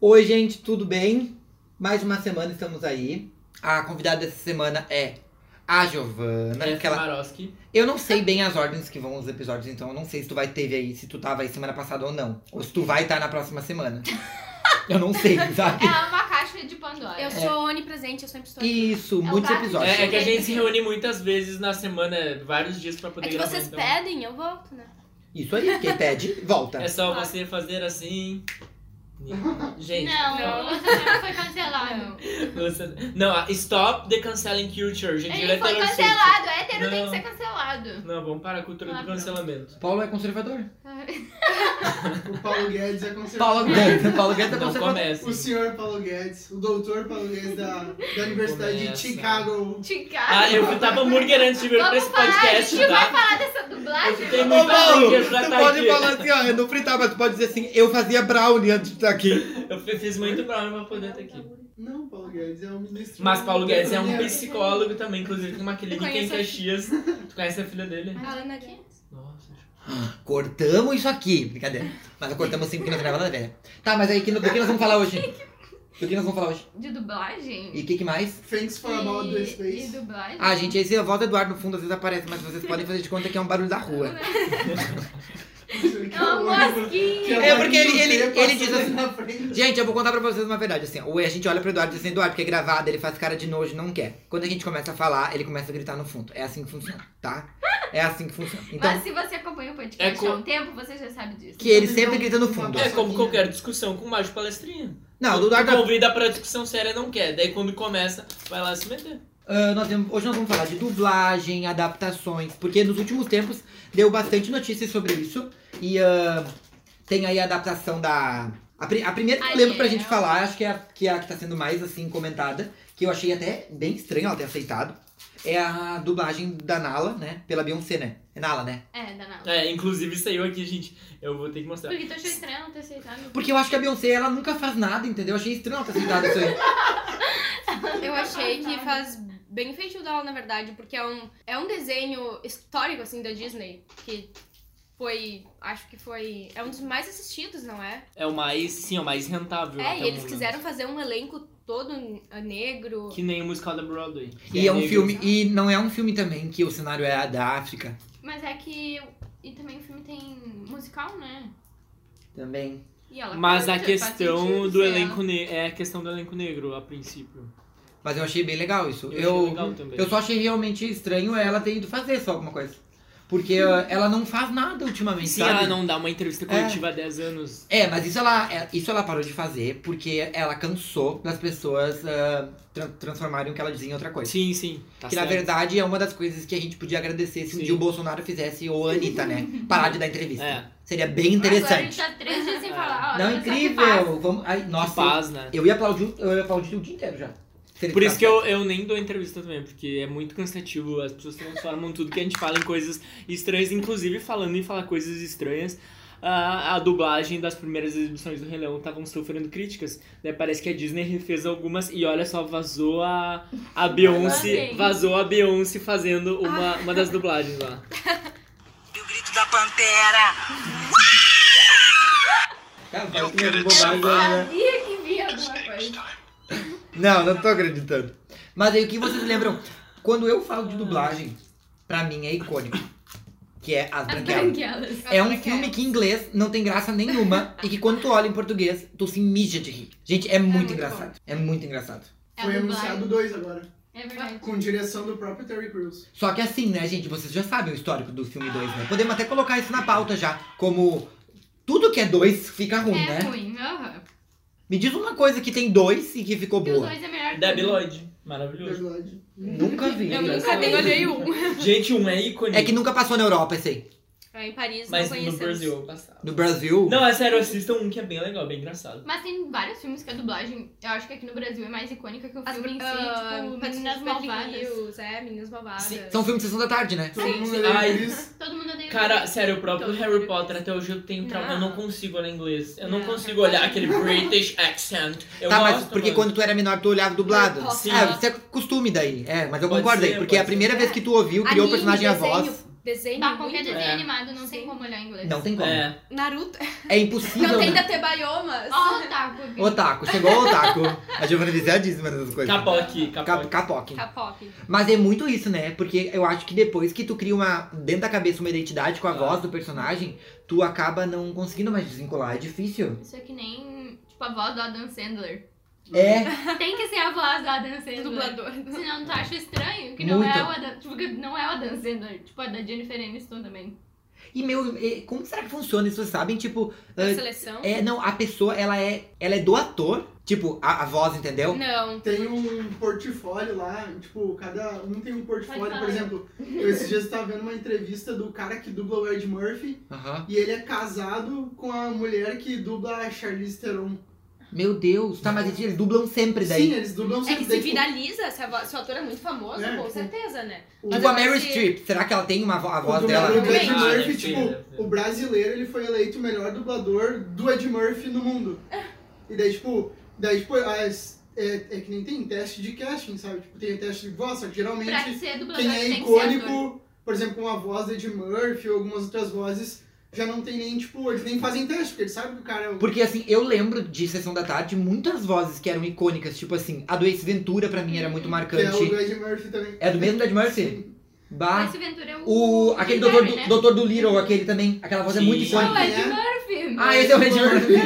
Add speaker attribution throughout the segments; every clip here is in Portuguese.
Speaker 1: Oi, gente, tudo bem? Mais uma semana estamos aí. A convidada dessa semana é a Giovana.
Speaker 2: É
Speaker 1: que ela-
Speaker 2: Swarovski.
Speaker 1: Eu não sei bem as ordens que vão os episódios, então eu não sei se tu vai teve aí, se tu tava aí semana passada ou não. Ou se tu vai estar na próxima semana. eu não sei, sabe?
Speaker 3: É uma caixa de Pandora.
Speaker 4: É.
Speaker 5: Eu sou onipresente, eu sempre estou aqui.
Speaker 1: Isso,
Speaker 3: É o
Speaker 1: muitos
Speaker 3: gato de-
Speaker 1: episódios.
Speaker 2: É, é que a gente se reúne muitas vezes na semana, vários dias pra poder
Speaker 5: É que
Speaker 2: gravar.
Speaker 5: vocês
Speaker 2: então.
Speaker 5: pedem, eu volto, né?
Speaker 1: Isso aí, quem pede, volta.
Speaker 2: É só
Speaker 5: Claro.
Speaker 2: você fazer assim. Gente,
Speaker 3: Não,
Speaker 5: Não.
Speaker 3: o Luciano foi cancelado.
Speaker 2: você- não, ah, stop the canceling culture, gente.
Speaker 3: Ele foi
Speaker 2: hétero cis.
Speaker 3: cancelado. É Hétero tem que
Speaker 2: Não.
Speaker 3: ser cancelado.
Speaker 2: assim. Não, vamos parar a cultura
Speaker 3: Ah,
Speaker 2: do
Speaker 3: não.
Speaker 2: cancelamento.
Speaker 1: O Paulo é conservador.
Speaker 6: O Paulo Guedes é conservador.
Speaker 1: Paulo Guedes, Paulo Guedes é
Speaker 2: Não
Speaker 1: conservador.
Speaker 2: comece.
Speaker 6: O senhor Paulo Guedes, o doutor Paulo Guedes da, da Universidade
Speaker 2: Começa.
Speaker 6: de Chicago.
Speaker 3: Chicago.
Speaker 2: Ah, eu tava hambúrguer antes de vir pra
Speaker 3: Vamos
Speaker 2: esse
Speaker 3: falar, a
Speaker 2: podcast,
Speaker 3: gente vai
Speaker 2: tá?
Speaker 3: falar dessa dublagem?
Speaker 2: Eu tá tenho
Speaker 3: Vamos
Speaker 2: muito- Paulo,
Speaker 1: tu
Speaker 2: tu pode
Speaker 1: pode falar assim, ó, eu não fritar, mas tu pode dizer assim, eu fazia brownie antes de estar aqui.
Speaker 2: Eu fi- fiz muito problema pra poder estar aqui.
Speaker 6: Não, Paulo Guedes é um ministro.
Speaker 2: Mas Paulo Guedes é um
Speaker 6: Entendeu?
Speaker 2: psicólogo também, inclusive tem uma clínica
Speaker 5: Eu
Speaker 2: em
Speaker 5: conheço a-
Speaker 2: Caxias. Tu conhece a filha dele?
Speaker 5: A Ana aqui.
Speaker 2: Nossa,
Speaker 1: Cortamos isso aqui, brincadeira. Mas cortamos sim, porque não ficava nada velha. Tá, mas aí, que no- do que nós vamos falar hoje? Do que nós vamos falar hoje?
Speaker 3: De dublagem?
Speaker 1: E o que, que mais?
Speaker 6: Thanks for about the
Speaker 3: e, e
Speaker 6: space.
Speaker 3: dublagem?
Speaker 1: Ah, gente, esse a voz do Eduardo no fundo às vezes aparece, mas vocês podem fazer de conta que é um barulho da rua.
Speaker 3: É uma
Speaker 4: assim.
Speaker 6: Que
Speaker 3: mosquinha.
Speaker 1: É porque ele- ele-
Speaker 6: apareceu
Speaker 1: ele diz assim-
Speaker 6: na frente.
Speaker 1: Gente, eu vou contar pra vocês uma verdade, assim, ó. Ou a gente olha pro Eduardo e diz assim, Eduardo, porque é gravado, ele faz cara de nojo, não quer. Quando a gente começa a falar, ele começa a gritar no fundo. É assim que funciona, tá? É assim que funciona. Então,
Speaker 3: Mas se você acompanha o
Speaker 2: É
Speaker 3: podcast
Speaker 2: co-
Speaker 3: há um tempo, você já sabe disso.
Speaker 1: que ele sempre grita no fundo.
Speaker 2: É como
Speaker 6: né?
Speaker 2: qualquer discussão com o Mágico Palestrinha.
Speaker 1: Não, do
Speaker 2: Tu
Speaker 1: Eduardo...
Speaker 2: Convida pra discussão séria, não quer. Daí quando começa, vai lá se meter.
Speaker 1: Ah, nós temos- hoje nós vamos falar de dublagem, adaptações, porque nos últimos tempos deu bastante notícias sobre isso. E ah, tem aí a adaptação da. A, pri- a primeira que eu lembro pra
Speaker 3: Ariel.
Speaker 1: gente falar, acho que é, a, que é a que tá sendo mais assim comentada, que eu achei até bem estranho ela ter aceitado, é a dublagem da Nala, né? Pela Beyoncé, né? É Nala, né?
Speaker 3: É, danado.
Speaker 2: É, então. inclusive saiu aqui, gente. Eu vou ter que mostrar.
Speaker 3: Porque tu achou estranho não ter aceitado?
Speaker 1: Porque eu acho que a Beyoncé, ela nunca faz nada, entendeu? Eu achei estranho ela ter aceitado isso aí.
Speaker 5: Eu achei que faz bem feito dela, na verdade, porque é um, é um desenho histórico, assim, da Disney, que foi, acho que foi, é um dos mais assistidos, não é?
Speaker 2: É o mais, sim, é o mais rentável. até
Speaker 5: É,
Speaker 2: o
Speaker 5: e eles
Speaker 2: momento.
Speaker 5: quiseram fazer um elenco todo eh, negro.
Speaker 2: Que nem o musical da Broadway.
Speaker 1: E é um
Speaker 2: negro.
Speaker 1: filme, e não é um filme também que o cenário é da África
Speaker 3: Mas é que... E também o filme tem musical, né?
Speaker 1: também.
Speaker 3: E ela
Speaker 2: Mas a
Speaker 3: canta, faz
Speaker 2: questão
Speaker 3: sentido
Speaker 2: do
Speaker 3: ser
Speaker 2: elenco negro. É a questão do elenco negro, a princípio.
Speaker 1: Mas eu achei bem legal isso.
Speaker 2: achei legal também.
Speaker 1: Eu só achei realmente estranho ela ter ido fazer só alguma coisa. Porque uh, ela não faz nada ultimamente,
Speaker 2: Sim,
Speaker 1: sabe?
Speaker 2: ela não dá uma entrevista coletiva há 10 anos.
Speaker 1: É, mas isso ela, é- isso ela parou de fazer porque ela cansou das pessoas uh, tran- transformarem o que ela dizia em outra coisa.
Speaker 2: Sim, sim. Tá
Speaker 1: É. que na
Speaker 2: certo.
Speaker 1: verdade é uma das coisas que a gente podia agradecer se um
Speaker 2: Sim.
Speaker 1: dia o Bolsonaro fizesse ou a Anitta, né? Parar de dar entrevista.
Speaker 2: É,
Speaker 1: Seria bem
Speaker 3: Agora a gente
Speaker 1: interessante.
Speaker 3: tá três dias sem
Speaker 2: É.
Speaker 3: falar. ó,
Speaker 1: Não,
Speaker 3: olha só que fácil.
Speaker 1: incrível! Vamos, ai,
Speaker 2: Nossa,
Speaker 1: nossa,
Speaker 2: paz, né?
Speaker 1: eu ia, aplaudir, eu ia aplaudir o dia inteiro já. Se ele
Speaker 2: Por isso
Speaker 1: ficasse-
Speaker 2: que eu, eu nem dou entrevista também, porque é muito cansativo, as pessoas transformam tudo que a gente fala em coisas estranhas, inclusive falando em falar coisas estranhas. ah, A, a dublagem das primeiras exibições do Rei Leão estavam sofrendo críticas, né? Parece que a Disney refez algumas e olha só, vazou a, a Beyoncé,
Speaker 3: Vazei.
Speaker 2: vazou a Beyoncé fazendo uma, uma das dublagens lá.
Speaker 1: Tá, vai que é bobagem, né?
Speaker 3: Sabia que vinha alguma coisa.
Speaker 1: Não, não tô acreditando. Mas aí o que vocês lembram? Quando eu falo de dublagem, pra mim é icônico. Que é
Speaker 3: As
Speaker 1: As Branquelas.
Speaker 3: branquelas.
Speaker 1: É um filme que em inglês não tem graça nenhuma e que quando tu olha em português, tu se mija de rir. Gente, é muito,
Speaker 5: muito
Speaker 1: engraçado. É muito engraçado.
Speaker 3: É a
Speaker 6: Foi
Speaker 3: dublagem.
Speaker 6: anunciado dois agora,
Speaker 3: É verdade.
Speaker 6: com direção do próprio Terry Crews.
Speaker 1: Só que assim, né, gente, vocês já sabem o histórico do filme 2, né? Podemos até colocar isso na pauta já, como tudo que é 2 fica ruim,
Speaker 3: é
Speaker 1: né?
Speaker 3: ruim, aham.
Speaker 1: Me diz uma coisa que tem dois e que ficou
Speaker 3: E os
Speaker 1: boa.
Speaker 3: dois é melhor
Speaker 4: Tá
Speaker 3: que
Speaker 2: Debbie
Speaker 3: um.
Speaker 2: Lloyd, maravilhoso.
Speaker 6: Verdade.
Speaker 1: Nunca vi. né?
Speaker 5: Eu nunca nem olhei um.
Speaker 2: Gente, um é ícone.
Speaker 1: É que nunca passou na Europa esse aí.
Speaker 5: É, em Paris,
Speaker 2: Mas
Speaker 5: não
Speaker 2: no
Speaker 5: conhecemos.
Speaker 2: Brasil eu passava.
Speaker 1: No Brasil?
Speaker 2: Não, é sério, assistam um que é bem legal, bem engraçado.
Speaker 3: Mas tem vários filmes que a dublagem, eu acho que aqui no Brasil é mais icônica que o
Speaker 5: As
Speaker 3: filme em si,
Speaker 5: ah,
Speaker 3: tipo,
Speaker 5: Patricinha
Speaker 3: Meninas
Speaker 5: de
Speaker 3: Malvadas.
Speaker 5: Perigos, É, Meninas Malvadas.
Speaker 2: Sim,
Speaker 1: São filmes de sessão da tarde, né?
Speaker 6: Todo
Speaker 5: Sim,
Speaker 6: mundo
Speaker 5: sim.
Speaker 6: lembra
Speaker 2: Ai.
Speaker 6: disso.
Speaker 3: Todo mundo odeia o
Speaker 2: Cara,
Speaker 3: Chris.
Speaker 2: sério, o próprio
Speaker 3: Então, Ah.
Speaker 2: Harry Potter até hoje eu tenho trauma, eu não
Speaker 5: Não.
Speaker 2: consigo olhar inglês. Eu
Speaker 3: É,
Speaker 2: não,
Speaker 5: Não,
Speaker 2: consigo olhar aquele British accent. Eu
Speaker 1: tá,
Speaker 2: gosto,
Speaker 1: mas porque
Speaker 2: mano.
Speaker 1: quando tu era menor, tu olhava dublado.
Speaker 3: Harry
Speaker 2: Potter.
Speaker 1: Ah, isso é costume daí. É, mas eu
Speaker 2: Pode
Speaker 1: concordo aí.
Speaker 2: ser,
Speaker 1: Porque a
Speaker 2: pode
Speaker 1: primeira
Speaker 5: ser.
Speaker 1: vez que tu ouviu, criou o
Speaker 5: Anime,
Speaker 1: personagem e a
Speaker 5: desenho,
Speaker 1: voz.
Speaker 5: Desenho
Speaker 3: Bah, qualquer
Speaker 5: muito.
Speaker 3: desenho
Speaker 2: É.
Speaker 3: animado não tem
Speaker 5: Sim.
Speaker 3: como olhar em inglês.
Speaker 1: Não tem como. É,
Speaker 2: É.
Speaker 5: Naruto.
Speaker 1: impossível.
Speaker 5: Não tem
Speaker 1: né?
Speaker 5: da Tebaiomas.
Speaker 3: Ó, o Taco. viu?
Speaker 1: Otaku, chegou o Otaku. A Giovana viciadíssima nessas coisas.
Speaker 2: Capoque, capoque.
Speaker 1: Cap- Capoque.
Speaker 5: K-pop.
Speaker 1: Mas é muito isso, né? Porque eu acho que depois que tu cria uma dentro da cabeça uma identidade com a
Speaker 2: Ah.
Speaker 1: voz do personagem, tu acaba não conseguindo mais desvincular. É difícil.
Speaker 3: Isso é que nem, tipo, a voz do Adam Sandler.
Speaker 2: Uhum.
Speaker 1: É,
Speaker 3: Tem que ser a voz do Adam Sandler.
Speaker 5: Dublador.
Speaker 4: é?
Speaker 3: Senão tu acha tá estranho que não
Speaker 1: Muito.
Speaker 3: é o Adam, tipo, que não é o Adam Sandler, tipo, a da Jennifer Aniston também.
Speaker 1: e meu, e como será que funciona isso? Vocês sabem, tipo,
Speaker 5: Da
Speaker 1: eh,
Speaker 5: seleção?
Speaker 1: é não, a pessoa ela é, ela é do ator, tipo a, a voz, entendeu?
Speaker 5: Não.
Speaker 6: Tem um portfólio lá, tipo, cada um tem um portfólio.
Speaker 3: Pode falar.
Speaker 6: Por exemplo, eu esses dias tava vendo uma entrevista do cara que dubla o Ed Murphy
Speaker 1: Aham.
Speaker 6: e ele é casado com a mulher que dubla a Charlize Theron.
Speaker 1: Meu Deus, tá, mas eles, eles dublam sempre daí.
Speaker 6: Sim, eles dublam
Speaker 5: É
Speaker 6: sempre.
Speaker 5: que se
Speaker 6: daí, tipo,
Speaker 5: viraliza, se, a voz, se o ator é muito famoso,
Speaker 6: É,
Speaker 5: com
Speaker 6: sim.
Speaker 5: certeza, né?
Speaker 6: o-
Speaker 1: Tipo a
Speaker 5: eu acho
Speaker 1: Mary
Speaker 5: que-
Speaker 1: Streep, será que ela tem uma vo- a voz
Speaker 6: o
Speaker 1: dela? né?
Speaker 6: dublador do Ed
Speaker 5: Ah,
Speaker 2: deve ter,
Speaker 6: Murphy,
Speaker 2: deve ter.
Speaker 6: tipo, o brasileiro ele foi eleito o melhor dublador do Ed Murphy no mundo. E daí, tipo, daí, tipo, as- é, é que nem tem teste de casting, sabe? Tipo, tem teste de voz, só que geralmente
Speaker 3: Pra ser dublador
Speaker 6: quem é
Speaker 3: tem que ser ator.
Speaker 6: icônico, por exemplo, com a voz do Ed Murphy ou algumas outras vozes, já não tem nem, tipo, eles nem fazem teste, porque eles sabem que o cara é o.
Speaker 1: Porque assim, eu lembro de Sessão da Tarde muitas vozes que eram icônicas, tipo assim, a do Ace Ventura pra mim era muito
Speaker 6: Que é o
Speaker 1: marcante.
Speaker 6: do Ed Murphy também.
Speaker 1: É do mesmo do Ed Murphy?
Speaker 6: Sim.
Speaker 1: Bah.
Speaker 3: Mas o Ventura é o...
Speaker 1: Ah, O, aquele doutor,
Speaker 3: Guilherme,
Speaker 1: do,
Speaker 3: né?
Speaker 1: doutor do Little, aquele também. Aquela voz é
Speaker 2: Sim.
Speaker 1: muito
Speaker 3: Não,
Speaker 1: icônica.
Speaker 3: é de Murphy.
Speaker 1: Ah, esse é o Red Murphy.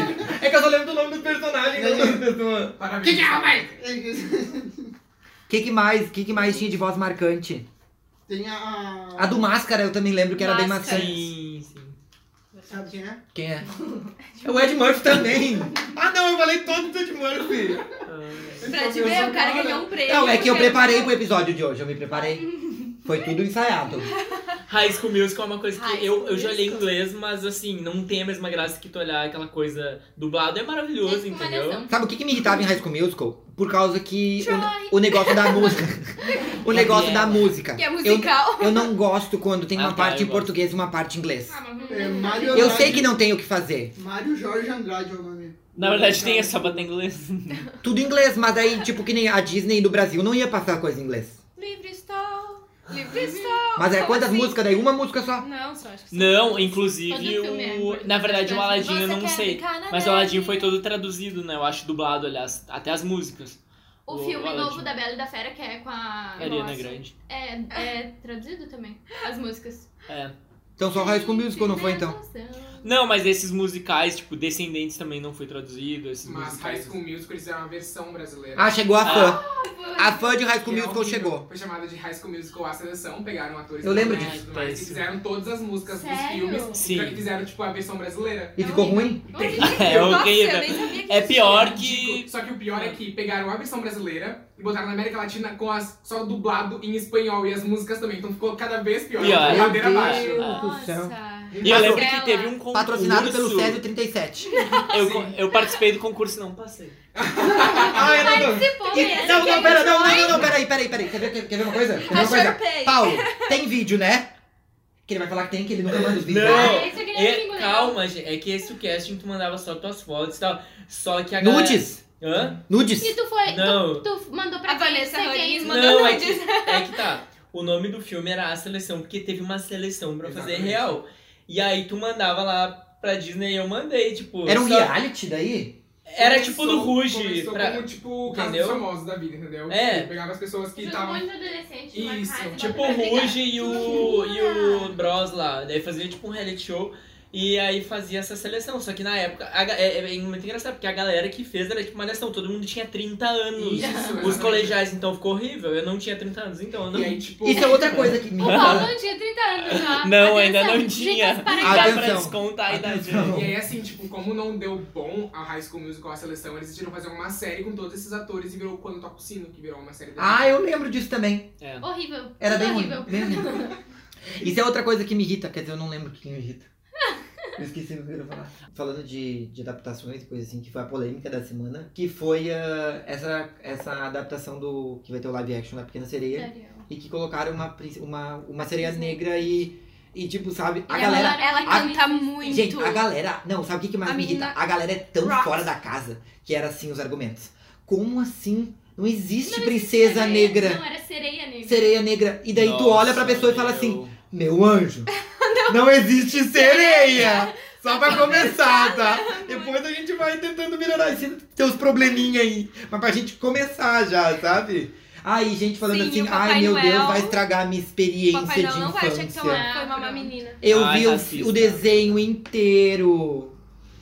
Speaker 1: É que eu só lembro do nome do personagem, não do nome da pessoa.
Speaker 6: Parabéns. Que
Speaker 1: O que, que mais? que, que mais tinha de voz marcante?
Speaker 6: Tem a.
Speaker 1: A do Máscara eu também lembro que era bem
Speaker 5: Máscara.
Speaker 1: marcante.
Speaker 2: Sim, sim.
Speaker 6: Sabe quem é?
Speaker 1: Quem é? É o Ed Murphy também. Ah, não, eu falei todo do Ed Murphy.
Speaker 2: Ah,
Speaker 5: Pra te ver, o cara ganhou um prêmio.
Speaker 1: Não, é que eu
Speaker 5: porque-
Speaker 1: preparei pro episódio de hoje, eu me preparei. Foi tudo ensaiado.
Speaker 2: High School Musical é uma coisa
Speaker 5: High
Speaker 2: que eu,
Speaker 5: School
Speaker 2: eu já olhei em
Speaker 5: Musical.
Speaker 2: inglês, mas assim, não tem a mesma graça que tu olhar aquela coisa dublada. É maravilhoso,
Speaker 3: Tem que
Speaker 2: entendeu?
Speaker 3: uma
Speaker 1: Sabe o que, que me irritava em High School Musical? Por causa que o, o negócio da música. o negócio da música.
Speaker 5: Que é
Speaker 1: Eu-
Speaker 5: musical.
Speaker 1: Eu não gosto quando tem
Speaker 2: Ah,
Speaker 1: uma
Speaker 2: tá,
Speaker 1: parte
Speaker 2: eu
Speaker 1: em
Speaker 2: gosto.
Speaker 1: português e uma parte em inglês.
Speaker 3: Ah, mas
Speaker 6: É
Speaker 3: não-
Speaker 6: Mário
Speaker 1: Eu
Speaker 6: Andrade.
Speaker 1: sei que não tem o que fazer.
Speaker 6: Mário Jorge Andrade é o nome.
Speaker 2: Na verdade, tem essa bota em inglês.
Speaker 1: Tudo em inglês, mas aí, tipo, que nem a Disney do Brasil não ia passar coisa em inglês.
Speaker 5: Livre estou, livre estou.
Speaker 1: Mas é
Speaker 5: Como
Speaker 1: quantas
Speaker 5: assim?
Speaker 1: músicas daí? Uma música só.
Speaker 5: Não, só acho que sim.
Speaker 2: Não,
Speaker 3: Todo
Speaker 2: inclusive
Speaker 3: filme é
Speaker 2: o.
Speaker 3: importante.
Speaker 2: Na
Speaker 1: um
Speaker 2: verdade, o Aladdin eu
Speaker 5: Você
Speaker 2: não
Speaker 5: quer
Speaker 2: sei.
Speaker 5: ficar
Speaker 2: Mas
Speaker 5: na
Speaker 2: o
Speaker 5: neve?
Speaker 3: né?
Speaker 2: Aladdin foi todo traduzido, né? Eu acho dublado, aliás, até as músicas.
Speaker 3: O filme
Speaker 2: Aladdin.
Speaker 3: novo da Bela e da Fera, que é com a...
Speaker 2: Ariana
Speaker 3: Nossa.
Speaker 2: Grande.
Speaker 3: É, é traduzido também, as músicas.
Speaker 2: É.
Speaker 1: Então só High School Musical não foi, então.
Speaker 2: Não, mas esses musicais, tipo, Descendentes também não foi traduzido. Esses
Speaker 7: Mas High
Speaker 2: musicais. assim.
Speaker 7: School Musical eles fizeram a versão brasileira.
Speaker 1: Ah, chegou a fã. A
Speaker 3: Ah,
Speaker 1: fã de High School
Speaker 7: Que é
Speaker 1: Musical
Speaker 7: horrível.
Speaker 1: chegou.
Speaker 7: Foi chamada de High School Musical a seleção, pegaram atores
Speaker 1: Eu lembro
Speaker 7: famosos e
Speaker 2: disso.
Speaker 7: tudo mais, e fizeram todas as músicas dos
Speaker 3: Sério?
Speaker 7: filmes
Speaker 2: Sim.
Speaker 7: e fizeram tipo a versão brasileira.
Speaker 1: E ficou ruim?
Speaker 2: É
Speaker 5: Nossa,
Speaker 2: horrível.
Speaker 5: eu nem sabia que
Speaker 2: É
Speaker 5: existia.
Speaker 2: pior que.
Speaker 7: Ridículo. Só que o pior é que pegaram a versão brasileira e botaram na América Latina com as só dublado em espanhol e as músicas também. Então ficou cada vez pior.
Speaker 2: Pior.
Speaker 7: Foi Ladeira
Speaker 1: Meu
Speaker 7: abaixo. Ah.
Speaker 1: Deus. do céu.
Speaker 5: Nossa.
Speaker 2: E eu lembro que
Speaker 5: Estrela.
Speaker 2: teve um concurso.
Speaker 1: Patrocinado pelo Césio 37.
Speaker 2: Eu, eu participei do concurso e não passei.
Speaker 1: Ah, eu não, não.
Speaker 3: Pô,
Speaker 1: E-
Speaker 3: é,
Speaker 1: Não, não,
Speaker 3: gente,
Speaker 1: pera, não, não, não, não, peraí, peraí, peraí. Quer ver, quer, quer ver uma coisa? Quer ver
Speaker 5: A
Speaker 1: uma coisa?
Speaker 5: Sharpay.
Speaker 1: Paulo, tem vídeo, né? Que ele vai falar que tem, que ele nunca manda os vídeos.
Speaker 2: Não.
Speaker 1: né?
Speaker 3: Ah, esse aqui é
Speaker 2: E,
Speaker 3: gringo, né?
Speaker 2: calma, gente. É que esse casting tu mandava só tuas fotos e tal. Só que a galera.
Speaker 1: Nudes?
Speaker 2: Hã?
Speaker 3: E
Speaker 1: Nudes?
Speaker 3: tu foi... Tu,
Speaker 2: Não.
Speaker 3: tu mandou
Speaker 5: A
Speaker 3: pra quem?
Speaker 5: Vanessa
Speaker 3: Você quem?
Speaker 5: Rodrigues
Speaker 3: Mandou-
Speaker 5: mandou
Speaker 2: Não, é
Speaker 5: nudes.
Speaker 2: que, é que tá. O nome do filme era A Seleção, porque teve uma seleção pra fazer
Speaker 1: Exatamente.
Speaker 2: real. E aí tu mandava lá pra Disney e eu mandei, tipo.
Speaker 1: Era um
Speaker 2: só-
Speaker 1: reality daí?
Speaker 2: Era tipo do
Speaker 7: Começou-
Speaker 2: Ruge.
Speaker 7: Começou
Speaker 2: Pra...
Speaker 7: como tipo o
Speaker 2: Entendeu?
Speaker 7: caso dos famosos da vida, entendeu?
Speaker 2: É.
Speaker 7: Que Pegava as pessoas que
Speaker 3: Junto
Speaker 7: estavam...
Speaker 3: muito adolescente.
Speaker 7: Isso,
Speaker 3: numa casa,
Speaker 7: tipo
Speaker 2: Tipo
Speaker 3: bota
Speaker 2: o
Speaker 3: pra brigar.
Speaker 2: Ruge e o, e o Bros lá. Daí fazia tipo um reality show. E aí fazia essa seleção. Só que na época, a ga- é, é muito engraçado, porque a galera que fez era tipo uma seleção. Todo mundo tinha 30 anos.
Speaker 7: Isso,
Speaker 2: Os
Speaker 7: exatamente.
Speaker 2: colegiais, então, ficou horrível. Eu não tinha 30 anos, então eu não. Ah,
Speaker 7: E aí, tipo...
Speaker 1: Isso é outra coisa que me
Speaker 3: O Paulo não tinha 30 anos,
Speaker 4: né?
Speaker 3: ó.
Speaker 2: Não,
Speaker 3: Atenção,
Speaker 2: ainda não
Speaker 3: dicas
Speaker 2: tinha.
Speaker 3: para
Speaker 1: Ah,
Speaker 2: Dá pra
Speaker 1: Atenção.
Speaker 2: descontar a idade.
Speaker 1: Atenção.
Speaker 7: E aí, assim, tipo, como não deu bom a High School Musical, a seleção, eles decidiram fazer uma série com todos esses atores e virou Quando Toca o Sino, que virou uma série. da
Speaker 1: Ah, eu lembro disso também.
Speaker 2: É.
Speaker 3: Horrível.
Speaker 1: Era
Speaker 3: Tudo
Speaker 1: bem ruim.
Speaker 3: horrível.
Speaker 1: bem ruim. Isso é outra coisa que me irrita, quer dizer, eu não lembro o que me irrita. Eu esqueci o que eu ia falar. Falando de, de adaptações e coisa assim, que foi a polêmica da semana, que foi ah, essa, essa adaptação do. que vai ter o live action da Pequena Sereia.
Speaker 3: Ariel.
Speaker 1: E que colocaram uma, princ- uma, uma sereia negra e. E tipo, sabe, a
Speaker 3: E
Speaker 1: galera.
Speaker 3: ela- ela
Speaker 1: a-
Speaker 3: canta muito.
Speaker 1: Gente, a galera. Não, sabe o que, que mais
Speaker 3: A
Speaker 1: me irrita?
Speaker 3: menina
Speaker 1: A galera é tão
Speaker 3: rocks.
Speaker 1: fora da casa que era assim os argumentos. Como assim? Não existe princesa negra,
Speaker 4: Não, era sereia negra.
Speaker 1: sereia negra. E daí tu olha pra
Speaker 2: Nossa,
Speaker 1: pessoa e fala
Speaker 2: meu.
Speaker 1: assim: Meu anjo, não existe sereia! Só pra começar, tá? Depois a gente vai tentando melhorar esses teus probleminha aí. Mas pra gente começar já, sabe? Aí, gente falando
Speaker 5: Sim, e
Speaker 1: assim,
Speaker 5: o Papai
Speaker 1: ai meu
Speaker 5: Noel-
Speaker 1: Deus, vai estragar a minha experiência
Speaker 5: Papai Noel
Speaker 1: de
Speaker 5: não vai achar que
Speaker 1: é infância.
Speaker 5: foi uma, foi uma má menina.
Speaker 1: Eu
Speaker 2: Ai,
Speaker 1: vi o-
Speaker 2: racista.
Speaker 1: o, desenho inteiro.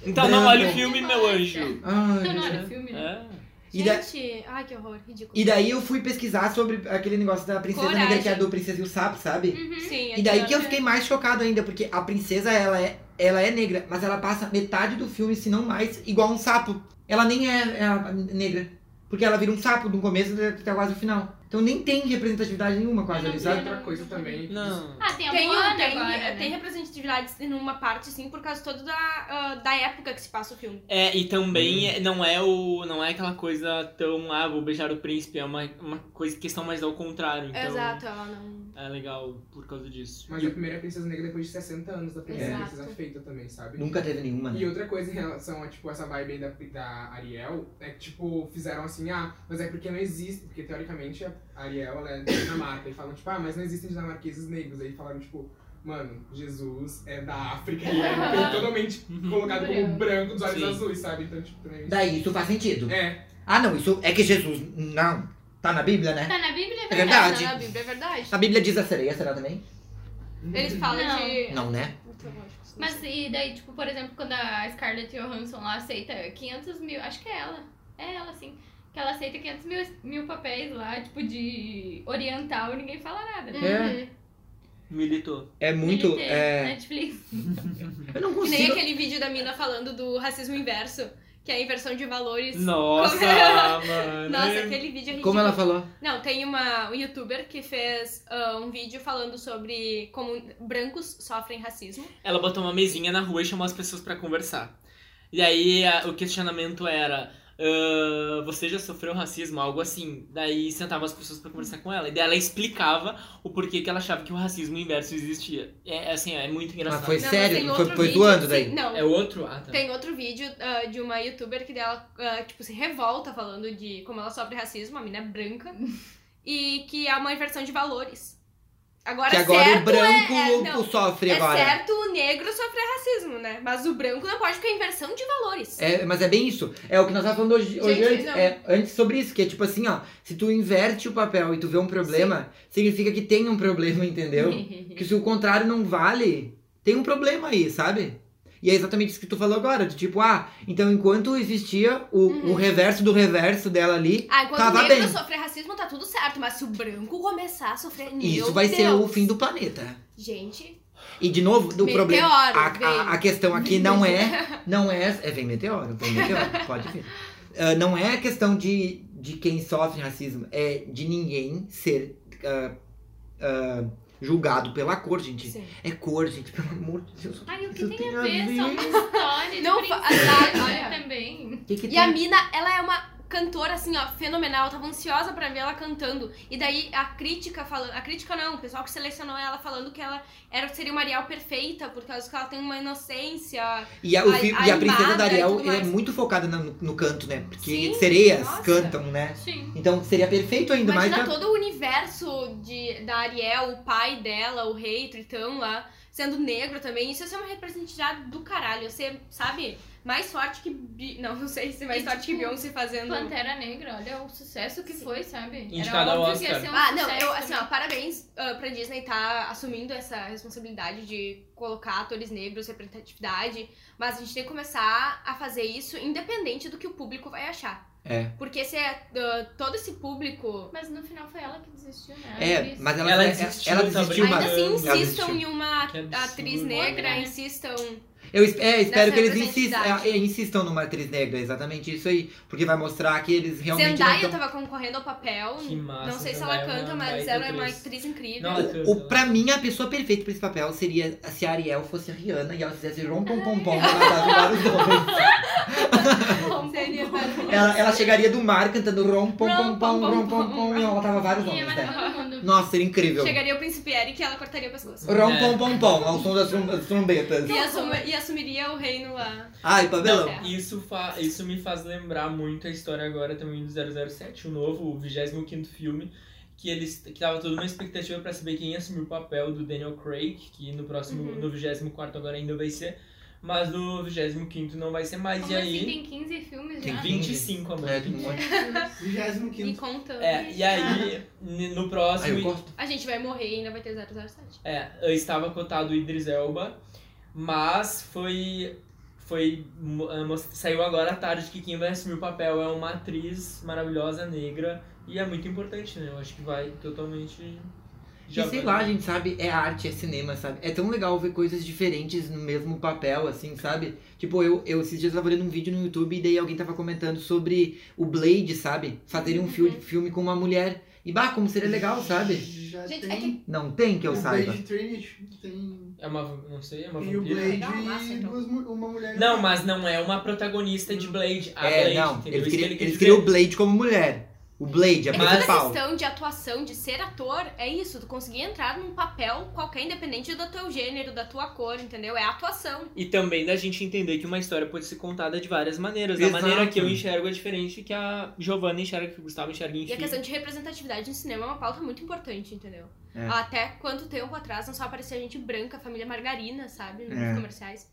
Speaker 2: Então não olha o
Speaker 1: Branco.
Speaker 2: filme, meu anjo.
Speaker 1: Ai,
Speaker 4: Então não
Speaker 1: gente.
Speaker 4: era filme, né?
Speaker 2: É.
Speaker 1: e, da-
Speaker 5: Gente, ai que horror, ridículo.
Speaker 1: e daí eu fui pesquisar sobre aquele negócio da princesa
Speaker 5: Coragem.
Speaker 1: negra que é a do Princesa e o Sapo, sabe?
Speaker 4: Uhum.
Speaker 5: Sim,
Speaker 1: E daí que eu
Speaker 5: aquela-
Speaker 1: fiquei mais chocado ainda, porque a princesa, ela é, ela é negra, mas ela passa metade do filme, se não mais, igual um sapo. Ela nem é, é a- negra. Porque ela vira um sapo do começo até quase o final. Então nem tem representatividade nenhuma quase
Speaker 4: Eu
Speaker 1: ali,
Speaker 4: não
Speaker 1: sabe?
Speaker 4: vi,
Speaker 7: Outra coisa também.
Speaker 2: Não.
Speaker 4: Ah, tem a
Speaker 5: Tem, um,
Speaker 4: Moana
Speaker 5: tem, eh,
Speaker 4: agora, né?
Speaker 5: tem representatividade numa parte, assim, por causa toda da, ah, da época que se passa o filme.
Speaker 2: É, e também é- não é o. não é aquela coisa tão, ah, vou beijar o príncipe, é uma, uma coisa questão mais ao contrário. Então
Speaker 5: Exato, ela não.
Speaker 2: é legal por causa disso.
Speaker 7: Mas é a primeira princesa negra depois de 60 anos da primeira
Speaker 4: Exato.
Speaker 7: princesa feita também, sabe?
Speaker 1: Nunca teve nenhuma,
Speaker 7: E
Speaker 1: né?
Speaker 7: outra coisa em relação a, tipo, essa vibe aí da, da Ariel, é que, tipo, fizeram assim, ah, mas é porque não existe, porque teoricamente a Ariel, ela é da Dinamarca, e falam, tipo, ah, mas não existem dinamarqueses negros, aí falaram, tipo, mano, Jesus é da África, e ele foi totalmente colocado como branco, dos olhos
Speaker 2: Sim.
Speaker 7: azuis, sabe? Então, tipo, também...
Speaker 1: Daí isso faz sentido.
Speaker 7: É,
Speaker 1: Ah, não, isso é que Jesus. Não. Tá na Bíblia, né?
Speaker 4: Tá na Bíblia, é
Speaker 1: É verdade.
Speaker 4: verdade.
Speaker 1: Tá
Speaker 5: Na Bíblia é verdade.
Speaker 1: A Bíblia diz a sereia, será também?
Speaker 5: Eles falam
Speaker 4: Não.
Speaker 5: de.
Speaker 1: Não, né?
Speaker 4: Mas e daí, tipo, por exemplo, quando a Scarlett Johansson lá aceita 500 mil, acho que é ela, é ela, assim, que ela aceita 500 mil, mil papéis lá, tipo, de oriental, ninguém fala nada. né?
Speaker 5: hum,
Speaker 1: É.
Speaker 2: Militou.
Speaker 1: É muito.
Speaker 4: Ele tem
Speaker 1: É...
Speaker 4: Netflix.
Speaker 1: Eu não
Speaker 5: Que nem
Speaker 1: consigo.
Speaker 5: aquele vídeo da mina falando do racismo inverso, que é a inversão de valores.
Speaker 2: Nossa,
Speaker 5: Como
Speaker 2: mano.
Speaker 5: Nossa, aquele vídeo é ridículo.
Speaker 1: Como ela falou?
Speaker 5: Não, tem uma um youtuber que fez ah, um vídeo falando sobre como brancos sofrem racismo.
Speaker 2: Ela botou uma mesinha na rua e chamou as pessoas pra conversar. E aí a- o questionamento era. "Ah, você já sofreu racismo, algo assim. Daí sentava as pessoas pra conversar com ela. E daí ela explicava o porquê que ela achava que o racismo inverso existia. É assim, é muito engraçado.
Speaker 1: foi-
Speaker 5: Não,
Speaker 1: Sério?
Speaker 5: mas tem
Speaker 1: Foi-
Speaker 5: outro
Speaker 1: foi
Speaker 5: vídeo,
Speaker 1: zoando
Speaker 5: sim,
Speaker 1: daí?
Speaker 5: não,
Speaker 2: É outro? Ah, tá.
Speaker 5: Tem outro vídeo ah, de uma youtuber que dela, ah, tipo, se revolta falando de como ela sofre racismo, a mina é branca, e que é uma inversão de valores. Agora,
Speaker 1: Que agora
Speaker 5: certo,
Speaker 1: o branco
Speaker 5: é- não.
Speaker 1: sofre
Speaker 5: é
Speaker 1: agora.
Speaker 5: certo o negro sofrer racismo, né? Mas o branco não pode, porque é inversão de valores.
Speaker 1: É, mas é bem isso. É o que nós estávamos falando hoje, hoje
Speaker 5: Gente,
Speaker 1: antes,
Speaker 5: não.
Speaker 1: é, antes sobre isso, que é tipo assim, ó, se tu inverte o papel e tu vê um problema, significa que tem um problema, entendeu? que se o contrário não vale, tem um problema aí, sabe? E é exatamente isso que tu falou agora, de tipo, ah, então enquanto existia o,
Speaker 5: Uhum.
Speaker 1: o reverso do reverso dela ali,
Speaker 5: Ah, enquanto
Speaker 1: Tava
Speaker 5: o negro
Speaker 1: bem.
Speaker 5: sofrer racismo, tá tudo certo. Mas se o branco começar a sofrer
Speaker 1: isso
Speaker 5: meu
Speaker 1: vai ser o
Speaker 5: Deus.
Speaker 1: fim do planeta.
Speaker 5: Gente,
Speaker 1: E de novo, o
Speaker 5: Meteoro,
Speaker 1: problema. A,
Speaker 5: vem.
Speaker 1: a, a questão aqui não é. Não é. É, vem meteoro, vem meteoro, pode vir. Ah, não é questão de, de quem sofre racismo, é de ninguém ser ah, ah, julgado pela cor, gente.
Speaker 5: sim.
Speaker 1: É cor, gente, pelo amor de Deus.
Speaker 4: Ai, o que
Speaker 1: Isso
Speaker 4: tem,
Speaker 1: tem
Speaker 4: a
Speaker 1: a
Speaker 4: ver? Só uma história
Speaker 5: Não
Speaker 4: de
Speaker 5: fa- Ah, tá,
Speaker 4: princesa
Speaker 5: Olha.
Speaker 4: também.
Speaker 1: O que que
Speaker 5: E
Speaker 1: tem?
Speaker 5: a mina, ela é uma cantora assim, ó, fenomenal. Eu tava ansiosa pra ver ela cantando. E daí a crítica falando, a crítica não, o pessoal que selecionou ela falando que ela era seria uma Ariel perfeita por causa que ela tem uma inocência.
Speaker 1: E a, o
Speaker 5: a-
Speaker 1: fi-
Speaker 5: a
Speaker 1: e a princesa
Speaker 5: animada
Speaker 1: da
Speaker 5: e
Speaker 1: Ariel
Speaker 5: tudo
Speaker 1: é
Speaker 5: mais.
Speaker 1: muito focada na- no, no canto, né? Porque
Speaker 5: Sim,
Speaker 1: sereias
Speaker 5: nossa.
Speaker 1: cantam, né?
Speaker 4: Sim.
Speaker 1: Então seria perfeito ainda mais.
Speaker 5: Imagina
Speaker 1: pra-
Speaker 5: todo o universo de, da Ariel, o pai dela, o rei Tritão lá, sendo negro também. Isso ia ser uma representatividade do caralho. Você sabe, mais forte que. Bi- Não, não sei se é mais
Speaker 4: E,
Speaker 5: forte que
Speaker 4: tipo,
Speaker 5: Beyoncé fazendo.
Speaker 4: Pantera Negra, olha o sucesso que foi, sabe?
Speaker 2: Indicada
Speaker 4: Era
Speaker 2: ao
Speaker 4: óbvio que ia
Speaker 2: Oscar.
Speaker 4: ser um
Speaker 5: Ah, não,
Speaker 4: sucesso
Speaker 5: eu, assim, ó,
Speaker 4: também.
Speaker 5: parabéns ah, pra Disney tá assumindo essa responsabilidade de colocar atores negros, representatividade, mas a gente tem que começar a fazer isso independente do que o público vai achar.
Speaker 1: É.
Speaker 5: Porque se é, ah, todo esse público.
Speaker 4: Mas no final foi ela que desistiu, né? Por
Speaker 1: É,
Speaker 4: isso.
Speaker 1: mas ela,
Speaker 2: Ela
Speaker 1: ela
Speaker 2: desistiu,
Speaker 1: ela
Speaker 2: tá
Speaker 1: desistiu
Speaker 2: brincando.
Speaker 1: mas-
Speaker 5: Ainda assim,
Speaker 1: ela
Speaker 5: insistam
Speaker 1: desistiu.
Speaker 5: em uma
Speaker 2: Que absurdo.
Speaker 5: atriz negra,
Speaker 4: Olha.
Speaker 5: insistam.
Speaker 1: Eu, es- é, espero
Speaker 5: Dessa
Speaker 1: que eles insistam,
Speaker 5: identidade.
Speaker 1: é, é, insistam numa atriz negra, é exatamente isso aí. Porque vai mostrar que é um eles realmente.
Speaker 5: Zendaya
Speaker 1: não tão-
Speaker 5: tava concorrendo ao papel.
Speaker 2: Que massa,
Speaker 5: Hum, não sei se
Speaker 2: Zendaya
Speaker 5: ela
Speaker 2: é uma
Speaker 5: canta, mas
Speaker 2: baita
Speaker 5: ela é uma
Speaker 2: atriz.
Speaker 5: atriz incrível.
Speaker 2: Não, ela canta,
Speaker 1: O,
Speaker 2: ela-
Speaker 1: pra mim, a pessoa perfeita pra esse papel seria se a Ariel fosse a Rihanna e ela fizesse rom pom pom pom pra matar vários homens.
Speaker 5: Seria maravilhoso.
Speaker 1: Ela, ela chegaria do mar cantando rom pom pom
Speaker 5: Rom,
Speaker 1: pom
Speaker 5: pom,
Speaker 1: rom pom
Speaker 5: pom,
Speaker 1: pom e ela matava vários
Speaker 4: E é
Speaker 1: homens, né?
Speaker 4: matava todo mundo.
Speaker 1: Nossa, seria é incrível.
Speaker 5: Chegaria o príncipe Eric e ela cortaria o pescoço.
Speaker 1: Rom
Speaker 2: É.
Speaker 1: pom pom pom, ao som das trum- das trombetas.
Speaker 5: E,
Speaker 1: é?
Speaker 5: assumi- e assumiria o reino lá.
Speaker 1: Ai, papelão.
Speaker 5: Não, é.
Speaker 2: Isso, fa- isso me faz lembrar muito a história agora também do 007, o novo, o 25 filme, que eles que tava toda uma expectativa pra saber quem assumiu o papel do Daniel Craig, que no próximo,
Speaker 5: Uhum.
Speaker 2: no 24 agora ainda vai ser, mas no 25 não vai ser mais.
Speaker 4: Como
Speaker 2: e
Speaker 4: assim?
Speaker 2: aí
Speaker 4: Tem 15 filmes
Speaker 1: Tem
Speaker 4: já?
Speaker 1: 20.
Speaker 2: 25 amor.
Speaker 1: É, tem um monte.
Speaker 6: 25
Speaker 5: E contando.
Speaker 2: É, e
Speaker 5: Ah.
Speaker 2: aí n- no
Speaker 1: Ai, eu
Speaker 2: próximo
Speaker 1: corto.
Speaker 5: A gente vai morrer e ainda vai ter 007.
Speaker 2: é, eu estava cotado o Idris Elba, mas foi foi mo- ah, mos- saiu agora à tarde que quem vai assumir o papel é uma atriz maravilhosa negra e é muito importante, né? Eu acho que vai totalmente
Speaker 1: E sei
Speaker 2: vai-
Speaker 1: lá, gente, sabe? É arte, é cinema, sabe? É tão legal ver coisas diferentes no mesmo papel, assim, sabe? Tipo, eu, eu esses dias tava olhando um vídeo no YouTube e daí alguém tava comentando sobre o Blade, sabe? Fazerem um fio- filme com uma mulher. E bah, como seria legal, sabe?
Speaker 6: Já
Speaker 3: Gente,
Speaker 6: tem
Speaker 3: é que-
Speaker 1: Não tem que eu
Speaker 6: o
Speaker 1: saiba.
Speaker 6: Blade Trinity, tem...
Speaker 2: É uma, va- não sei, é uma
Speaker 6: E o
Speaker 2: vampira.
Speaker 6: Blade
Speaker 5: Não, massa,
Speaker 6: e
Speaker 5: então.
Speaker 6: duas, mu- uma mulher... um
Speaker 2: Não, mas não é uma protagonista de Blade, a
Speaker 1: é,
Speaker 2: Ah, Blade,
Speaker 1: não.
Speaker 2: entendeu?
Speaker 1: Ele
Speaker 2: Isso que
Speaker 1: queria,
Speaker 2: quis
Speaker 1: ele
Speaker 2: dizer.
Speaker 1: queria o Blade como mulher. O Blade, a
Speaker 5: É que
Speaker 2: Mas-
Speaker 5: toda
Speaker 1: principal.
Speaker 5: questão de atuação, de ser ator, é isso. Tu conseguir entrar num papel qualquer, independente do teu gênero, da tua cor, entendeu? É atuação.
Speaker 2: E também da gente entender que uma história pode ser contada de várias maneiras. A
Speaker 1: Exato.
Speaker 2: maneira que eu enxergo é diferente que a Giovanna enxerga, que o Gustavo enxerga, enfim.
Speaker 5: E é a questão de representatividade no cinema é uma pauta muito importante, entendeu?
Speaker 1: É.
Speaker 5: Até quanto tempo atrás não só aparecia gente branca, família margarina, sabe? Nos
Speaker 1: É.
Speaker 5: comerciais.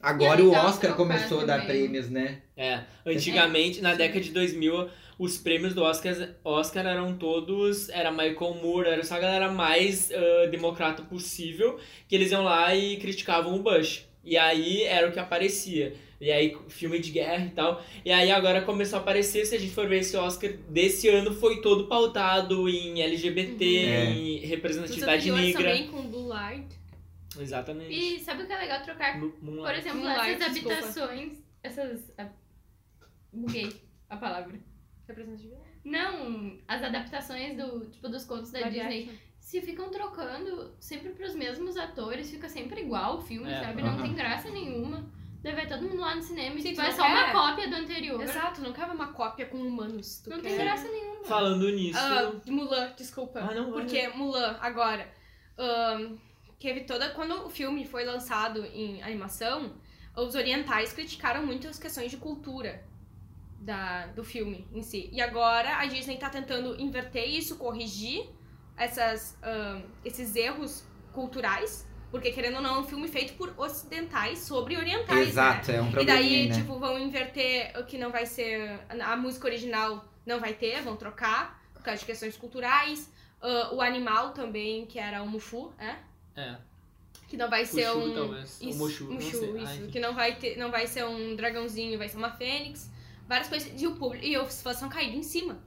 Speaker 1: Agora
Speaker 4: E é
Speaker 1: o
Speaker 4: legal
Speaker 1: Oscar
Speaker 4: trocar
Speaker 1: começou a dar
Speaker 4: também.
Speaker 1: prêmios, né?
Speaker 2: É, antigamente, na década de 2000, os prêmios do Oscar, Oscar eram todos, era Michael Moore, era só a galera mais ah, democrata possível, que eles iam lá e criticavam o Bush. E aí era o que aparecia. E aí, filme de guerra e tal. E aí agora começou a aparecer, se a gente for ver esse Oscar desse ano, foi todo pautado em LGBT,
Speaker 1: É.
Speaker 2: em
Speaker 5: Uhum. Nos
Speaker 2: representatividade
Speaker 5: anteriores
Speaker 2: negra.
Speaker 5: também, com Blue Light.
Speaker 2: Exatamente.
Speaker 4: E sabe o que é legal trocar?
Speaker 2: Mu- Moonlight.
Speaker 4: Por exemplo,
Speaker 5: Moonlight,
Speaker 4: essas
Speaker 5: Hum. Um desculpa.
Speaker 4: habitações. Essas. ah, Buguei a palavra.
Speaker 5: Representatividade.
Speaker 4: Não, as adaptações do, tipo, dos contos da
Speaker 5: Live
Speaker 4: Disney.
Speaker 5: action.
Speaker 4: Se ficam trocando sempre pros mesmos atores, fica sempre igual o filme,
Speaker 2: É,
Speaker 4: sabe?
Speaker 1: aham.
Speaker 4: Não tem graça nenhuma. Daí vai todo mundo lá no cinema e
Speaker 5: Sim,
Speaker 4: tipo,
Speaker 5: tu
Speaker 4: é
Speaker 5: não
Speaker 4: só uma
Speaker 5: quer.
Speaker 4: cópia do anterior.
Speaker 5: Exato, não cabe uma cópia com humanos. Tu
Speaker 4: Não
Speaker 5: quer-
Speaker 4: tem graça nenhuma.
Speaker 2: Falando nisso.
Speaker 5: Ah, de Mulan, desculpa.
Speaker 2: Ah, não, olha.
Speaker 5: porque Mulan, agora, ahn, teve toda... Quando o filme foi lançado em animação, os orientais criticaram muito as questões de cultura da, do filme em si. E agora a Disney tá tentando inverter isso, corrigir essas, ahn, esses erros culturais. Porque, querendo ou não, é um filme feito por ocidentais sobre orientais, né?
Speaker 1: Exato, é um
Speaker 5: E
Speaker 1: problema.
Speaker 5: daí,
Speaker 1: né?
Speaker 5: tipo, vão inverter o que não vai ser. A música original não vai ter, vão trocar, por causa de questões culturais. Ah, o animal também, que era o Mufu, é?
Speaker 2: É.
Speaker 5: Que não vai ser
Speaker 2: Mushu,
Speaker 5: um.
Speaker 2: talvez. Ou
Speaker 5: Isso,
Speaker 2: Mushu, não
Speaker 5: Mushu,
Speaker 2: sei. Ah,
Speaker 5: isso.
Speaker 2: enfim.
Speaker 5: que não vai, ter, não vai ser um dragãozinho, vai ser uma fênix. Várias coisas. E o público. E os fãs são caídos em cima.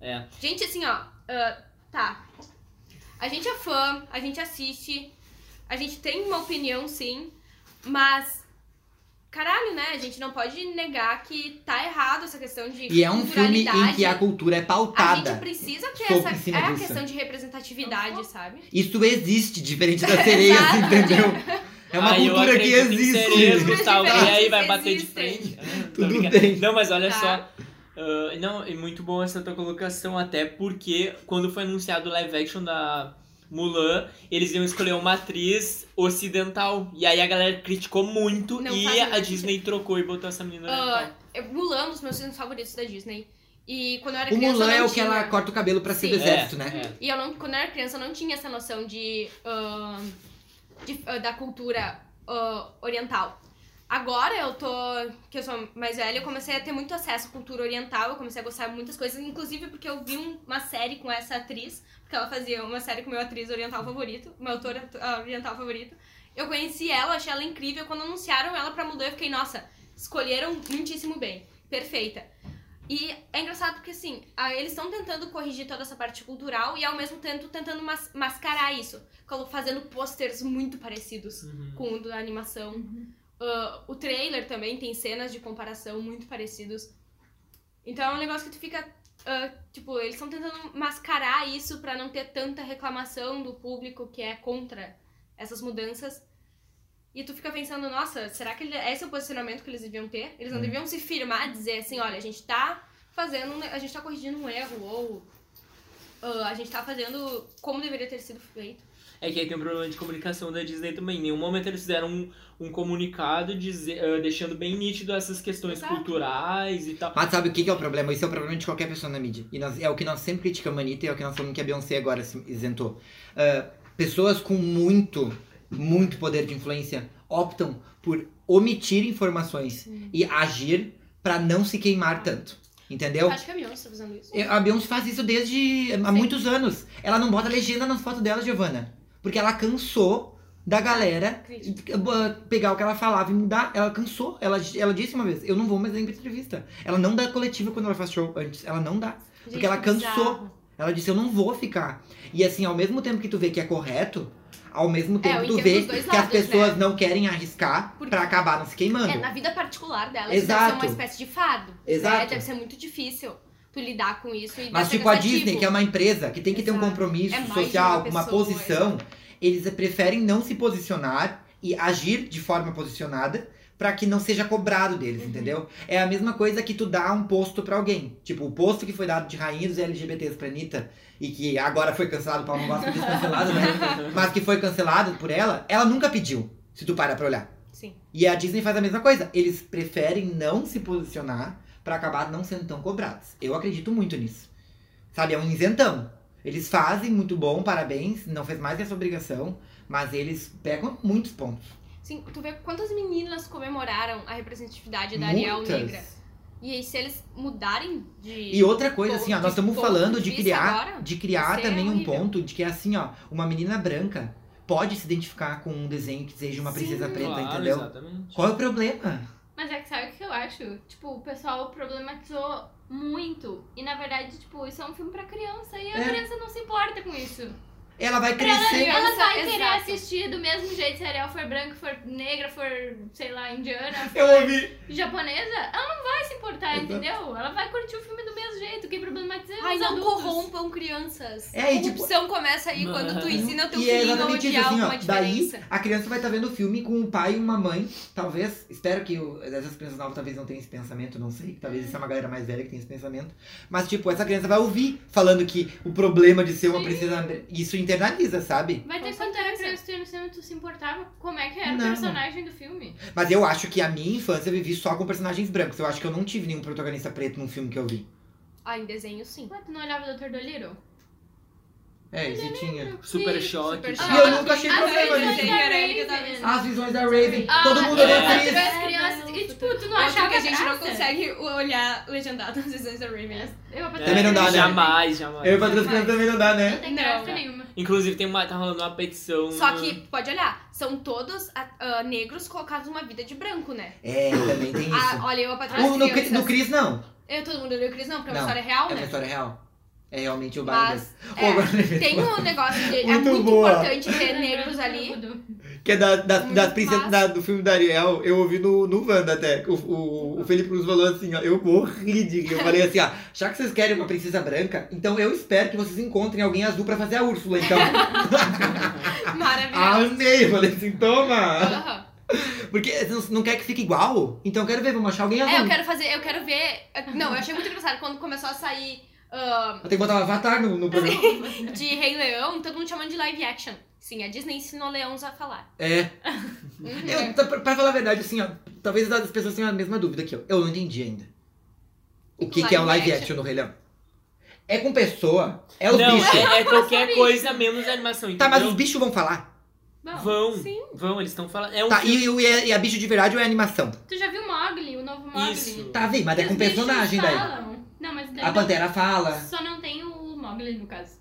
Speaker 2: É.
Speaker 5: Gente, assim, ó. ah, tá. A gente é fã, a gente assiste, a gente tem uma opinião, sim, mas. Caralho, né? A gente não pode negar que tá errado essa questão de.
Speaker 1: E é um filme em que a
Speaker 5: culturalidade.
Speaker 1: cultura é
Speaker 5: A gente
Speaker 1: pautada.
Speaker 5: precisa ter
Speaker 1: Soco em
Speaker 5: essa.
Speaker 1: cima
Speaker 5: É a
Speaker 1: disso.
Speaker 5: questão de representatividade, sabe?
Speaker 1: Isso existe, diferente das sereias,
Speaker 5: Exato.
Speaker 1: entendeu? É uma
Speaker 2: Ah, eu
Speaker 1: cultura que
Speaker 2: acredito em sereias,
Speaker 1: existe.
Speaker 2: Gustavo,
Speaker 5: Culturas
Speaker 2: e aí vai
Speaker 5: diferentes
Speaker 2: bater de
Speaker 5: existem.
Speaker 2: frente. Ah, tô
Speaker 1: Tudo
Speaker 2: brincando.
Speaker 1: bem.
Speaker 2: Não, mas olha
Speaker 5: Tá.
Speaker 2: só. ah, não, é muito bom essa tua colocação, até porque quando foi anunciado o live action da Mulan, eles iam escolher uma atriz ocidental. E aí a galera criticou muito
Speaker 5: Não
Speaker 2: e
Speaker 5: faz
Speaker 2: a
Speaker 5: muito
Speaker 2: Disney trocou e botou essa menina
Speaker 5: Ah,
Speaker 2: oriental.
Speaker 5: é Mulan, um dos meus filmes favoritos da Disney. E quando eu era
Speaker 1: O
Speaker 5: criança.
Speaker 1: Mulan
Speaker 5: eu
Speaker 1: é
Speaker 5: não
Speaker 1: o que ela
Speaker 5: tinha.
Speaker 1: corta o cabelo pra ser do
Speaker 5: Sim.
Speaker 1: exército,
Speaker 2: É,
Speaker 1: né?
Speaker 2: é.
Speaker 5: E eu não, quando eu era criança, eu não tinha essa noção de, ahn, de- ah, da cultura ah, oriental. Agora eu tô, que eu sou mais velha, eu comecei a ter muito acesso à cultura oriental, eu comecei a gostar de muitas coisas, inclusive porque eu vi um- uma série com essa atriz, porque ela fazia uma série com meu atriz oriental favorito, meu autor atu- ah, oriental favorito. Eu conheci ela, achei ela incrível, quando anunciaram ela pra Mulan, eu fiquei, nossa, escolheram muitíssimo bem, perfeita. E é engraçado porque, assim, a- eles estão tentando corrigir toda essa parte cultural e, ao mesmo tempo, tentando mas- mascarar isso, colo- fazendo posters muito parecidos
Speaker 2: Uhum.
Speaker 5: com o da animação. ah, o trailer também tem cenas de comparação muito parecidos. Então é um negócio que tu fica. ah, tipo, eles estão tentando mascarar isso pra não ter tanta reclamação do público que é contra essas mudanças. E tu fica pensando, nossa, será que ele- esse é o posicionamento que eles deviam ter? Eles não
Speaker 1: Hum.
Speaker 5: deviam se firmar, dizer assim, olha, a gente tá fazendo, um ne- a gente tá corrigindo um erro, ou ah, a gente tá fazendo como deveria ter sido feito.
Speaker 2: É que aí tem um problema de comunicação da Disney também. Em nenhum momento eles fizeram um, um comunicado dizer, eh, deixando bem nítido essas questões
Speaker 5: Exato.
Speaker 2: culturais e tal.
Speaker 1: Mas sabe o que, que é o problema? Isso é o problema de qualquer pessoa na mídia. E nós- é o que nós sempre criticamos a Anitta e é o que nós falamos que a Beyoncé agora se isentou. Ah, pessoas com muito, muito poder de influência optam por omitir informações e agir pra não se queimar tanto. Entendeu?
Speaker 5: Acho que a Beyoncé tá fazendo isso.
Speaker 1: Eu- A Beyoncé faz isso desde há muitos anos. Ela não bota legenda nas fotos dela, Giovana. Porque ela cansou da galera eh, pegar o que ela falava e mudar. Ela cansou. Ela, ela disse uma vez, eu não vou mais nem pra entrevista. Ela não dá coletiva quando ela faz show antes. Ela não dá.
Speaker 5: Gente,
Speaker 1: ela
Speaker 5: que
Speaker 1: cansou.
Speaker 5: bizarro.
Speaker 1: Ela disse, eu não vou ficar. E assim, ao mesmo tempo que tu vê que é correto, ao mesmo tempo
Speaker 5: É, eu
Speaker 1: tu
Speaker 5: entendo
Speaker 1: vê
Speaker 5: dos dois
Speaker 1: que as
Speaker 5: lados,
Speaker 1: pessoas não querem arriscar
Speaker 5: Porque-
Speaker 1: pra acabar não se queimando.
Speaker 5: É, na vida particular dela, isso
Speaker 1: Exato.
Speaker 5: deve ser uma espécie de fardo. né?
Speaker 1: Exato.
Speaker 5: Deve ser muito difícil tu lidar com isso. E
Speaker 1: Mas
Speaker 5: deve ser
Speaker 1: tipo a
Speaker 5: cansativo.
Speaker 1: Disney, que é uma empresa que tem que ter um
Speaker 5: Exato.
Speaker 1: compromisso
Speaker 5: É mais de
Speaker 1: social,
Speaker 5: uma
Speaker 1: uma,
Speaker 5: pessoa,
Speaker 1: posição, eles preferem não se posicionar e agir de forma posicionada pra que não seja cobrado deles,
Speaker 5: Uhum.
Speaker 1: entendeu? É a mesma coisa que tu dá um posto pra alguém. Tipo, o posto que foi dado de rainha dos LGBTs pra Anitta e que agora foi cancelado, Paulo não gosta de cancelado, né? Mas que foi cancelado por ela, ela nunca pediu, se tu parar pra olhar.
Speaker 5: Sim.
Speaker 1: E a Disney faz a mesma coisa. Eles preferem não se posicionar pra acabar não sendo tão cobrados. Eu acredito muito nisso. Sabe, é um isentão. Eles fazem muito bom, parabéns, não fez mais essa obrigação, mas eles pegam muitos pontos.
Speaker 5: Sim, tu vê quantas meninas comemoraram a representatividade da Ariel
Speaker 1: Muitas.
Speaker 5: Negra. E aí, se eles mudarem de.
Speaker 1: E outra coisa,
Speaker 5: Ponto
Speaker 1: assim, ó,
Speaker 5: de-
Speaker 1: nós estamos
Speaker 5: ponto
Speaker 1: falando
Speaker 5: de
Speaker 1: de
Speaker 5: vista
Speaker 1: criar,
Speaker 5: agora,
Speaker 1: de criar
Speaker 5: vai ser
Speaker 1: também um
Speaker 5: horrível.
Speaker 1: ponto de que é assim, ó, uma menina branca pode se identificar com um desenho que seja uma princesa é preta,
Speaker 2: Claro,
Speaker 1: entendeu?
Speaker 2: Exatamente.
Speaker 1: Qual é o problema?
Speaker 4: Mas é que sabe o que eu acho? Tipo, o pessoal problematizou muito. E na verdade, tipo, isso é um filme pra criança. E a
Speaker 1: É.
Speaker 4: criança não se importa com isso.
Speaker 1: Ela vai crescer.
Speaker 4: Ela
Speaker 5: Criança,
Speaker 4: vai querer
Speaker 5: exato.
Speaker 4: assistir do mesmo jeito se a Ariel for branca, for negra, for, sei lá, indiana,
Speaker 2: Eu ouvi.
Speaker 4: japonesa. Ela não vai se importar,
Speaker 1: Exato.
Speaker 4: entendeu? Ela vai curtir o filme do mesmo jeito. Quem problematiza é
Speaker 5: Ai,
Speaker 4: os
Speaker 5: não
Speaker 4: adultos.
Speaker 5: corrompam crianças.
Speaker 1: É, e,
Speaker 5: a
Speaker 1: tipo-
Speaker 5: corrupção começa aí quando tu
Speaker 2: Mas-
Speaker 5: ensina o teu
Speaker 1: E é
Speaker 5: filhinho a
Speaker 1: exatamente isso,
Speaker 5: odiar
Speaker 1: assim,
Speaker 5: alguma
Speaker 1: ó. Daí,
Speaker 5: diferença.
Speaker 1: a criança vai estar vendo o filme com um pai e uma mãe, talvez. Espero que o- essas crianças novas talvez não tenham esse pensamento, não sei. Talvez isso é uma galera mais velha que tem esse pensamento. Mas, tipo, essa criança vai ouvir falando que o problema de ser uma princesa. Isso internaliza, sabe?
Speaker 4: Vai ter
Speaker 5: Com
Speaker 4: quando era
Speaker 5: certeza.
Speaker 4: criança, tu ia no cinema, tu se importava como é que era
Speaker 1: Não.
Speaker 4: o personagem do filme.
Speaker 1: Mas eu acho que a minha infância eu vivi só com personagens brancos. Eu acho que eu não tive nenhum protagonista preto num filme que eu vi.
Speaker 5: Ah, em desenho, sim.
Speaker 4: Ué, tu não olhava o Dr. Dolittle?
Speaker 1: É, isso tinha.
Speaker 2: Super
Speaker 4: Que
Speaker 2: choque.
Speaker 5: super
Speaker 2: e
Speaker 1: E
Speaker 2: tal.
Speaker 1: eu nunca achei
Speaker 4: As
Speaker 1: problema
Speaker 4: visões
Speaker 1: nisso.
Speaker 4: da
Speaker 5: Raven.
Speaker 4: Raven.
Speaker 1: As visões da Raven,
Speaker 4: Ah,
Speaker 1: todo mundo
Speaker 4: é.
Speaker 1: olhando pra
Speaker 4: Tu
Speaker 1: isso.
Speaker 4: era
Speaker 5: É,
Speaker 4: criança e, tipo, tu não
Speaker 5: Eu acho
Speaker 4: achava
Speaker 5: que a gente não
Speaker 4: graça?
Speaker 5: consegue olhar legendado as visões da Raven.
Speaker 4: Eu vou
Speaker 1: Também não dá, né?
Speaker 2: Jamais, jamais.
Speaker 1: Eu e Patrícia Criança também não dá, né?
Speaker 4: Não tem
Speaker 5: Não.
Speaker 4: graça nenhuma.
Speaker 2: Inclusive, tem uma, tá rolando uma
Speaker 1: É.
Speaker 2: petição.
Speaker 5: Só
Speaker 2: no-
Speaker 5: que, pode olhar, são todos ah, ah, negros colocados numa vida de branco, né?
Speaker 1: É, também tem
Speaker 5: Ah,
Speaker 1: isso.
Speaker 5: olha, eu pra
Speaker 1: No, no, Cri- no Cris, não.
Speaker 5: Eu, todo mundo olhou o Cris, não, porque é uma
Speaker 1: Não,
Speaker 5: história real,
Speaker 1: É uma
Speaker 5: né?
Speaker 1: história real. É realmente o Biden.
Speaker 5: Mas é,
Speaker 1: Ô, agora é lembrei de
Speaker 5: tem
Speaker 1: uma-
Speaker 5: um negócio de. é
Speaker 1: Muito
Speaker 5: muito
Speaker 1: boa.
Speaker 5: importante ter negros ali.
Speaker 1: Que é da, da,
Speaker 5: Muito
Speaker 1: das princesas
Speaker 5: massa.
Speaker 1: da- do filme da Ariel, eu ouvi no, no Wanda até. O, o, o Felipe Cruz falou assim, ó, eu morri de rir. Eu falei assim, ó, já que vocês querem uma princesa branca, então eu espero que vocês encontrem alguém azul pra fazer a Úrsula, então. Ah,
Speaker 5: Maravilhoso.
Speaker 1: Amei, eu falei assim, toma!
Speaker 5: Aham.
Speaker 1: Porque você não- não quer que fique igual? Então eu quero ver, vamos achar alguém azul.
Speaker 5: É, eu quero fazer, eu quero ver. Não, eu achei muito engraçado quando começou a sair ah,
Speaker 1: Eu tenho que botar um avatar no, no programa.
Speaker 5: de Rei Leão, todo mundo chamando de live action. Sim, a Disney ensinou leões a falar.
Speaker 1: É.
Speaker 5: É.
Speaker 1: Eu, tá- pra, pra falar a verdade, assim, ó, talvez as pessoas tenham a mesma dúvida que eu. Eu não entendi ainda. O que, que é o live action no Rei Leão? É com pessoa? É os
Speaker 2: Não,
Speaker 1: bichos?
Speaker 2: é, é qualquer coisa menos animação.
Speaker 1: Tá, mas os
Speaker 2: entendeu?
Speaker 1: bichos vão falar?
Speaker 4: Bom,
Speaker 2: Vão,
Speaker 5: Sim.
Speaker 2: vão, eles estão falando. É um
Speaker 1: tá,
Speaker 2: filme-
Speaker 1: e, e, e a bicho de verdade ou é animação?
Speaker 4: tu já viu o Mogli, o novo Mogli?
Speaker 2: Isso.
Speaker 1: Tá, vem, mas
Speaker 4: Que
Speaker 1: é com
Speaker 4: os bichos
Speaker 1: personagem daí.
Speaker 4: falam. né? Não, mas daí
Speaker 1: A pantera fala.
Speaker 4: só não tem o Mogli, no caso.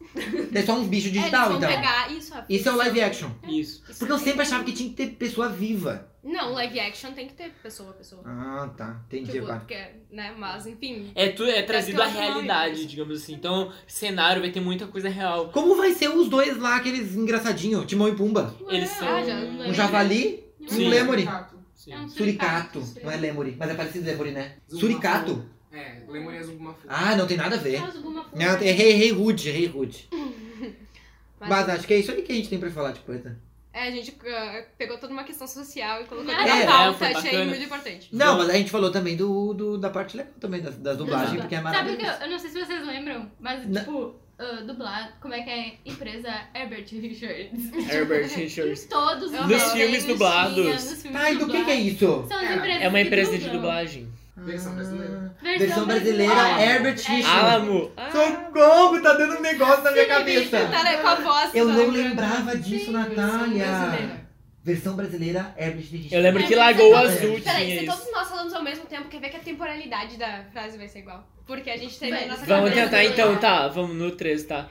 Speaker 1: É só uns bichos
Speaker 5: é,
Speaker 1: digital,
Speaker 5: eles
Speaker 1: então.
Speaker 5: vão pegar isso. a
Speaker 1: Isso é o live action.
Speaker 2: Isso.
Speaker 5: Isso
Speaker 1: Porque eu
Speaker 5: é-
Speaker 1: sempre achava que tinha que ter pessoa viva.
Speaker 5: Não, live action tem que ter pessoa a pessoa.
Speaker 1: Ah, tá. Entendi
Speaker 5: Tipo,
Speaker 1: agora.
Speaker 5: porque, né? Mas, enfim.
Speaker 2: É, tu, é trazido à
Speaker 5: Deve ter outro
Speaker 2: realidade,
Speaker 5: nome.
Speaker 2: digamos assim. Então, cenário vai ter muita coisa real.
Speaker 1: Como vai ser os dois lá, aqueles engraçadinhos? Timão e Pumba.
Speaker 2: Eles são.
Speaker 5: ah, já-
Speaker 1: Um javali e um
Speaker 2: Sim.
Speaker 1: lemuri.
Speaker 2: Sim.
Speaker 4: É um
Speaker 1: Suricato.
Speaker 4: suricato.
Speaker 1: Não é Lemuri, mas é parecido Lemuri, né?
Speaker 7: Zubumafu.
Speaker 1: Suricato.
Speaker 7: É, Lemuri é Zubumafu.
Speaker 1: Ah, não tem nada a ver.
Speaker 4: É o Zubumafu.
Speaker 1: Não, um errei, errei rude, errei rude.
Speaker 5: Mas-
Speaker 1: Mas acho que é isso aí que a gente tem pra falar de coisa.
Speaker 5: É, a gente ah, pegou toda uma questão social e colocou
Speaker 4: É,
Speaker 5: aqui na
Speaker 1: é,
Speaker 5: pauta,
Speaker 2: foi
Speaker 5: achei
Speaker 2: bacana.
Speaker 5: muito importante.
Speaker 1: Não, mas a gente falou também do, do- da parte legal também, da, da dublagem, porque é
Speaker 4: Sabe o que eu,
Speaker 1: maravilhoso.
Speaker 4: eu não sei se vocês lembram, mas
Speaker 1: Na-
Speaker 4: tipo, ah, dublar, como é que é empresa Herbert Richards?
Speaker 2: Herbert Richards.
Speaker 4: Em todos os
Speaker 5: Nos
Speaker 4: desenhos
Speaker 2: filmes
Speaker 4: tinha,
Speaker 2: dublados.
Speaker 4: nos filmes
Speaker 1: Tá, e do que, que é
Speaker 4: dublados.
Speaker 1: isso?
Speaker 4: São as
Speaker 7: É,
Speaker 4: empresas
Speaker 2: É uma
Speaker 4: que
Speaker 2: empresa de
Speaker 4: dublam.
Speaker 2: dublagem.
Speaker 7: Versão brasileira.
Speaker 1: Versão brasileira,
Speaker 2: Ah,
Speaker 4: é.
Speaker 1: Herbert Richards.
Speaker 2: Alamo! Ah,
Speaker 1: Socorro, tá dando um negócio na minha cabeça.
Speaker 5: Tá, né, com a voz.
Speaker 1: Eu
Speaker 5: tá
Speaker 1: não
Speaker 5: lembrando.
Speaker 1: lembrava disso, Natália.
Speaker 4: brasileira.
Speaker 1: Versão brasileira, Herbert Richards.
Speaker 2: eu lembro que
Speaker 5: É,
Speaker 2: Lagoa
Speaker 1: mas-
Speaker 2: Azul
Speaker 5: Peraí,
Speaker 2: tinha
Speaker 5: se
Speaker 2: isso.
Speaker 5: todos nós falamos ao mesmo tempo, quer ver que a temporalidade da frase vai ser igual. Porque a gente tem
Speaker 4: Vai.
Speaker 5: na nossa
Speaker 2: Vamos tentar
Speaker 5: cabeça também.
Speaker 2: então, tá? Vamos no 13, tá?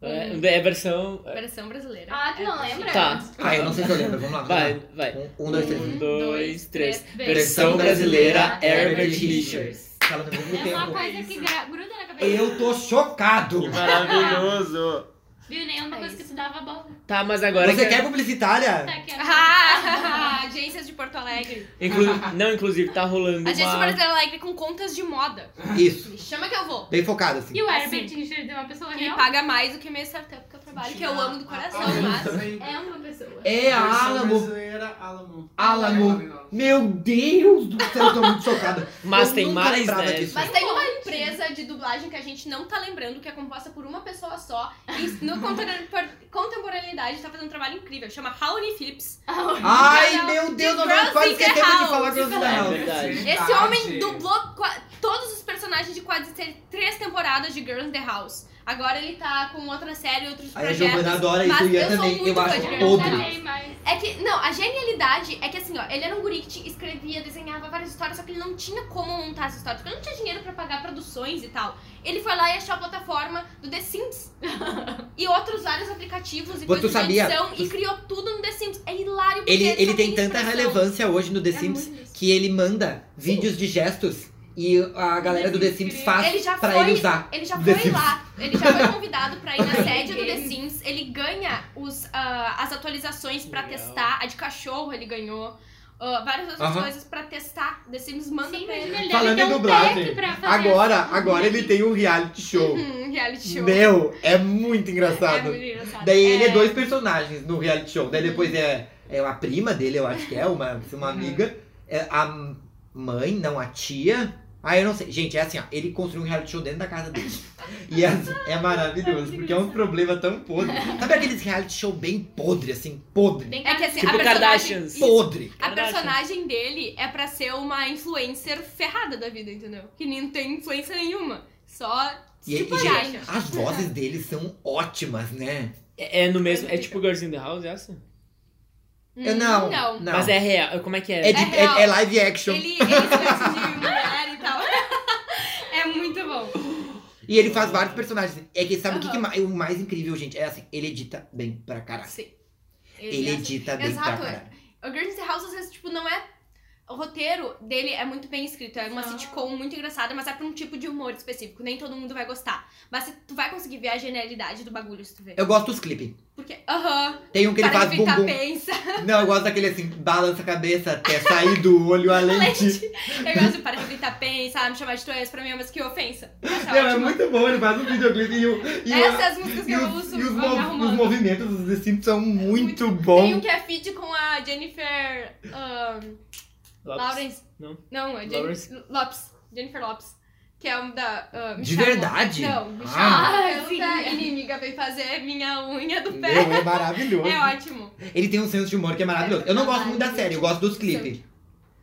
Speaker 2: É,
Speaker 4: Uhum.
Speaker 2: é versão.
Speaker 5: Versão brasileira.
Speaker 4: Ah, tu
Speaker 5: é
Speaker 4: não lembra?
Speaker 2: Tá.
Speaker 1: Ah, eu não sei se eu lembro, vamos lá. vamos
Speaker 2: Vai,
Speaker 1: lá.
Speaker 2: vai.
Speaker 1: Um, um, dois, três.
Speaker 4: Uhum.
Speaker 2: Um, dois, três.
Speaker 4: Versão
Speaker 2: Versão brasileira, Herbert Richards.
Speaker 1: Fala no mesmo
Speaker 4: É uma
Speaker 1: tempo.
Speaker 4: coisa que gra- gruda na cabeça.
Speaker 1: Eu tô chocado.
Speaker 2: Que maravilhoso!
Speaker 4: Viu? Nenhuma
Speaker 5: É
Speaker 4: coisa que
Speaker 5: isso.
Speaker 4: tu dava bola.
Speaker 2: Tá, mas agora.
Speaker 1: Você
Speaker 2: que-
Speaker 1: quer publicitária?
Speaker 4: Tá aqui, ó.
Speaker 5: Ah, agências de Porto Alegre.
Speaker 2: Inclu- Não, inclusive tá rolando
Speaker 5: Agência de
Speaker 2: uma.
Speaker 5: Porto Alegre com contas de moda.
Speaker 1: Isso.
Speaker 5: Me chama que eu vou.
Speaker 1: Bem focado, assim.
Speaker 4: E o Herbert Richards é uma pessoa
Speaker 5: Que
Speaker 4: real?
Speaker 5: paga mais do que minha startup que eu trabalho, que eu amo do coração, mas...
Speaker 4: É uma pessoa.
Speaker 1: Ah, É a
Speaker 6: Versão
Speaker 1: Alamo.
Speaker 6: brasileira, Alamo.
Speaker 1: Alamo. Meu Deus do céu, eu tô muito chocado.
Speaker 2: Mas
Speaker 1: Eu
Speaker 2: tem
Speaker 1: nunca
Speaker 2: mais,
Speaker 1: lembrava
Speaker 2: né?
Speaker 1: disso.
Speaker 5: Mas tem uma empresa de dublagem que a gente não tá lembrando, que é composta por uma pessoa só, e no contemporane- contemporaneidade tá fazendo um trabalho incrível, chama Howley Phillips.
Speaker 1: Ai,
Speaker 5: Não,
Speaker 1: meu Deus,
Speaker 5: de
Speaker 1: não me faz
Speaker 5: Grossing
Speaker 1: esquecer de
Speaker 5: House.
Speaker 1: falar com
Speaker 2: É
Speaker 1: os
Speaker 2: verdade.
Speaker 5: Esse homem dublou qua- todos os personagens de quase ter- três temporadas de Girls in the House. Agora ele tá com outra série, outros
Speaker 1: Aí a
Speaker 5: projetos.
Speaker 1: Giovanna adora isso,
Speaker 5: mas é
Speaker 1: e eu
Speaker 5: eu sou
Speaker 1: também.
Speaker 5: muito
Speaker 1: Eu acho
Speaker 5: fã de
Speaker 4: Eu
Speaker 1: outro.
Speaker 4: não sei mais.
Speaker 5: É que, não, a genialidade é que assim, ó, ele era um guri que ti- escrevia, desenhava várias histórias, só que ele não tinha como montar as histórias, porque ele não tinha dinheiro pra pagar produções e tal. Ele foi lá e achou a plataforma do The Sims e outros vários aplicativos e
Speaker 1: Mas tu
Speaker 5: coisas de
Speaker 1: sabia?
Speaker 5: edição
Speaker 1: Tu-
Speaker 5: e criou tudo no The Sims. É hilário porque
Speaker 1: Ele,
Speaker 5: só
Speaker 1: ele tem tanta
Speaker 5: expressão.
Speaker 1: relevância hoje no The
Speaker 5: É
Speaker 1: Sims
Speaker 5: muito isso.
Speaker 1: que ele manda vídeos de gestos e a galera do The Sims faz
Speaker 5: Ele já
Speaker 1: pra
Speaker 5: foi-
Speaker 1: ele usar.
Speaker 5: Ele já
Speaker 1: The
Speaker 5: foi
Speaker 1: Sims.
Speaker 5: lá, ele já foi convidado pra ir na sede do The
Speaker 4: Ele-
Speaker 5: Sims, ele ganha os, ah, as atualizações pra
Speaker 2: Legal.
Speaker 5: testar, a de cachorro ele ganhou, ah, várias outras
Speaker 1: Aham.
Speaker 5: coisas pra testar, The Sims manda
Speaker 4: Sim,
Speaker 5: pra ele.
Speaker 4: imagina, ele
Speaker 1: Falando
Speaker 4: deve
Speaker 1: em
Speaker 4: ter um
Speaker 1: dublagem,
Speaker 4: tech pra fazer
Speaker 1: Agora,
Speaker 4: essa-
Speaker 1: agora ele tem um reality show.
Speaker 5: Hum, reality show.
Speaker 1: Meu, é muito
Speaker 5: É
Speaker 1: engraçado.
Speaker 5: muito engraçado.
Speaker 1: Daí ele é dois personagens no reality show.
Speaker 5: Uhum.
Speaker 1: Daí depois é, é uma prima dele, eu acho que é, uma, uma amiga. É a mãe, não, a tia. Ah, eu não sei. Gente, é assim, ó. Ele construiu um reality show dentro da casa dele. E é, assim, é maravilhoso, porque é um problema tão podre. Sabe aqueles reality show bem podre, assim? Podre.
Speaker 4: Bem
Speaker 5: É que assim,
Speaker 2: Tipo
Speaker 5: a personagem,
Speaker 2: Kardashians.
Speaker 1: Podre.
Speaker 5: a
Speaker 2: Kardashian.
Speaker 5: personagem dele é pra ser uma influencer ferrada da vida, entendeu? Que nem tem influência nenhuma. Só
Speaker 1: E, e,
Speaker 5: tipo
Speaker 1: gente,
Speaker 5: Kardashian.
Speaker 1: as vozes deles são ótimas, né?
Speaker 2: É é no mesmo. É tipo Girls in the House, essa?
Speaker 1: Eu
Speaker 5: Hum,
Speaker 1: não.
Speaker 5: Não.
Speaker 1: não.
Speaker 2: Mas é real. Como é que
Speaker 1: É
Speaker 2: é?
Speaker 1: de-
Speaker 5: É real.
Speaker 1: é- é live action.
Speaker 5: Ele, ele se veste de mulher e tal. É muito bom.
Speaker 1: E ele faz vários personagens. É que sabe o que, que ma- o mais incrível, gente? É assim, ele edita bem pra caralho.
Speaker 5: Sim.
Speaker 1: Ele edita bem pra
Speaker 5: Exato, é.
Speaker 1: caralho.
Speaker 5: O Girls in the House, às vezes, tipo, não é. O roteiro dele é muito bem escrito, é uma
Speaker 4: Ah.
Speaker 5: sitcom muito engraçada, mas é pra um tipo de humor específico, nem todo mundo vai gostar. Mas se- tu vai conseguir ver a genialidade do bagulho se tu ver.
Speaker 1: Eu gosto dos clipes.
Speaker 5: Porque, aham,
Speaker 1: Tem um que ele
Speaker 5: para
Speaker 1: faz
Speaker 5: de
Speaker 1: bum
Speaker 5: ficar
Speaker 1: bum.
Speaker 5: pensa.
Speaker 1: Não, eu gosto daquele assim, balança a cabeça até sair do olho a lente.
Speaker 5: Eu gosto de para de gritar pensa, ah, me chamar de tu és pra mim, mas que ofensa. Essa
Speaker 1: Não,
Speaker 5: é
Speaker 1: é
Speaker 5: ótima.
Speaker 1: muito bom, ele faz um videoclipe e, o, e, o-
Speaker 5: Essas músicas é que
Speaker 1: e
Speaker 5: eu
Speaker 1: os,
Speaker 5: uso
Speaker 1: e os
Speaker 5: vão
Speaker 1: mov-
Speaker 5: me
Speaker 1: os
Speaker 5: arrumando. É
Speaker 1: movimentos dos The Sims são muito,
Speaker 5: Tem um
Speaker 1: bons.
Speaker 5: que é feat com a Jennifer. ahn,
Speaker 2: Lopes.
Speaker 5: Lawrence.
Speaker 2: Não?
Speaker 5: Não, é Jen-
Speaker 2: Lawrence?
Speaker 5: Lopes. Jennifer Lopes. Que é uma da. ah, me
Speaker 1: De
Speaker 5: chamou.
Speaker 1: verdade?
Speaker 5: Não, me
Speaker 1: Ah.
Speaker 4: Ah,
Speaker 5: chamou.
Speaker 4: sim.
Speaker 5: Ela é inimiga veio fazer minha unha do
Speaker 1: Meu,
Speaker 5: pé.
Speaker 1: é maravilhoso.
Speaker 5: É ótimo.
Speaker 1: Ele tem um senso de humor que é maravilhoso. Eu não gosto muito da
Speaker 5: Maravilhoso.
Speaker 1: série, eu gosto dos clipes.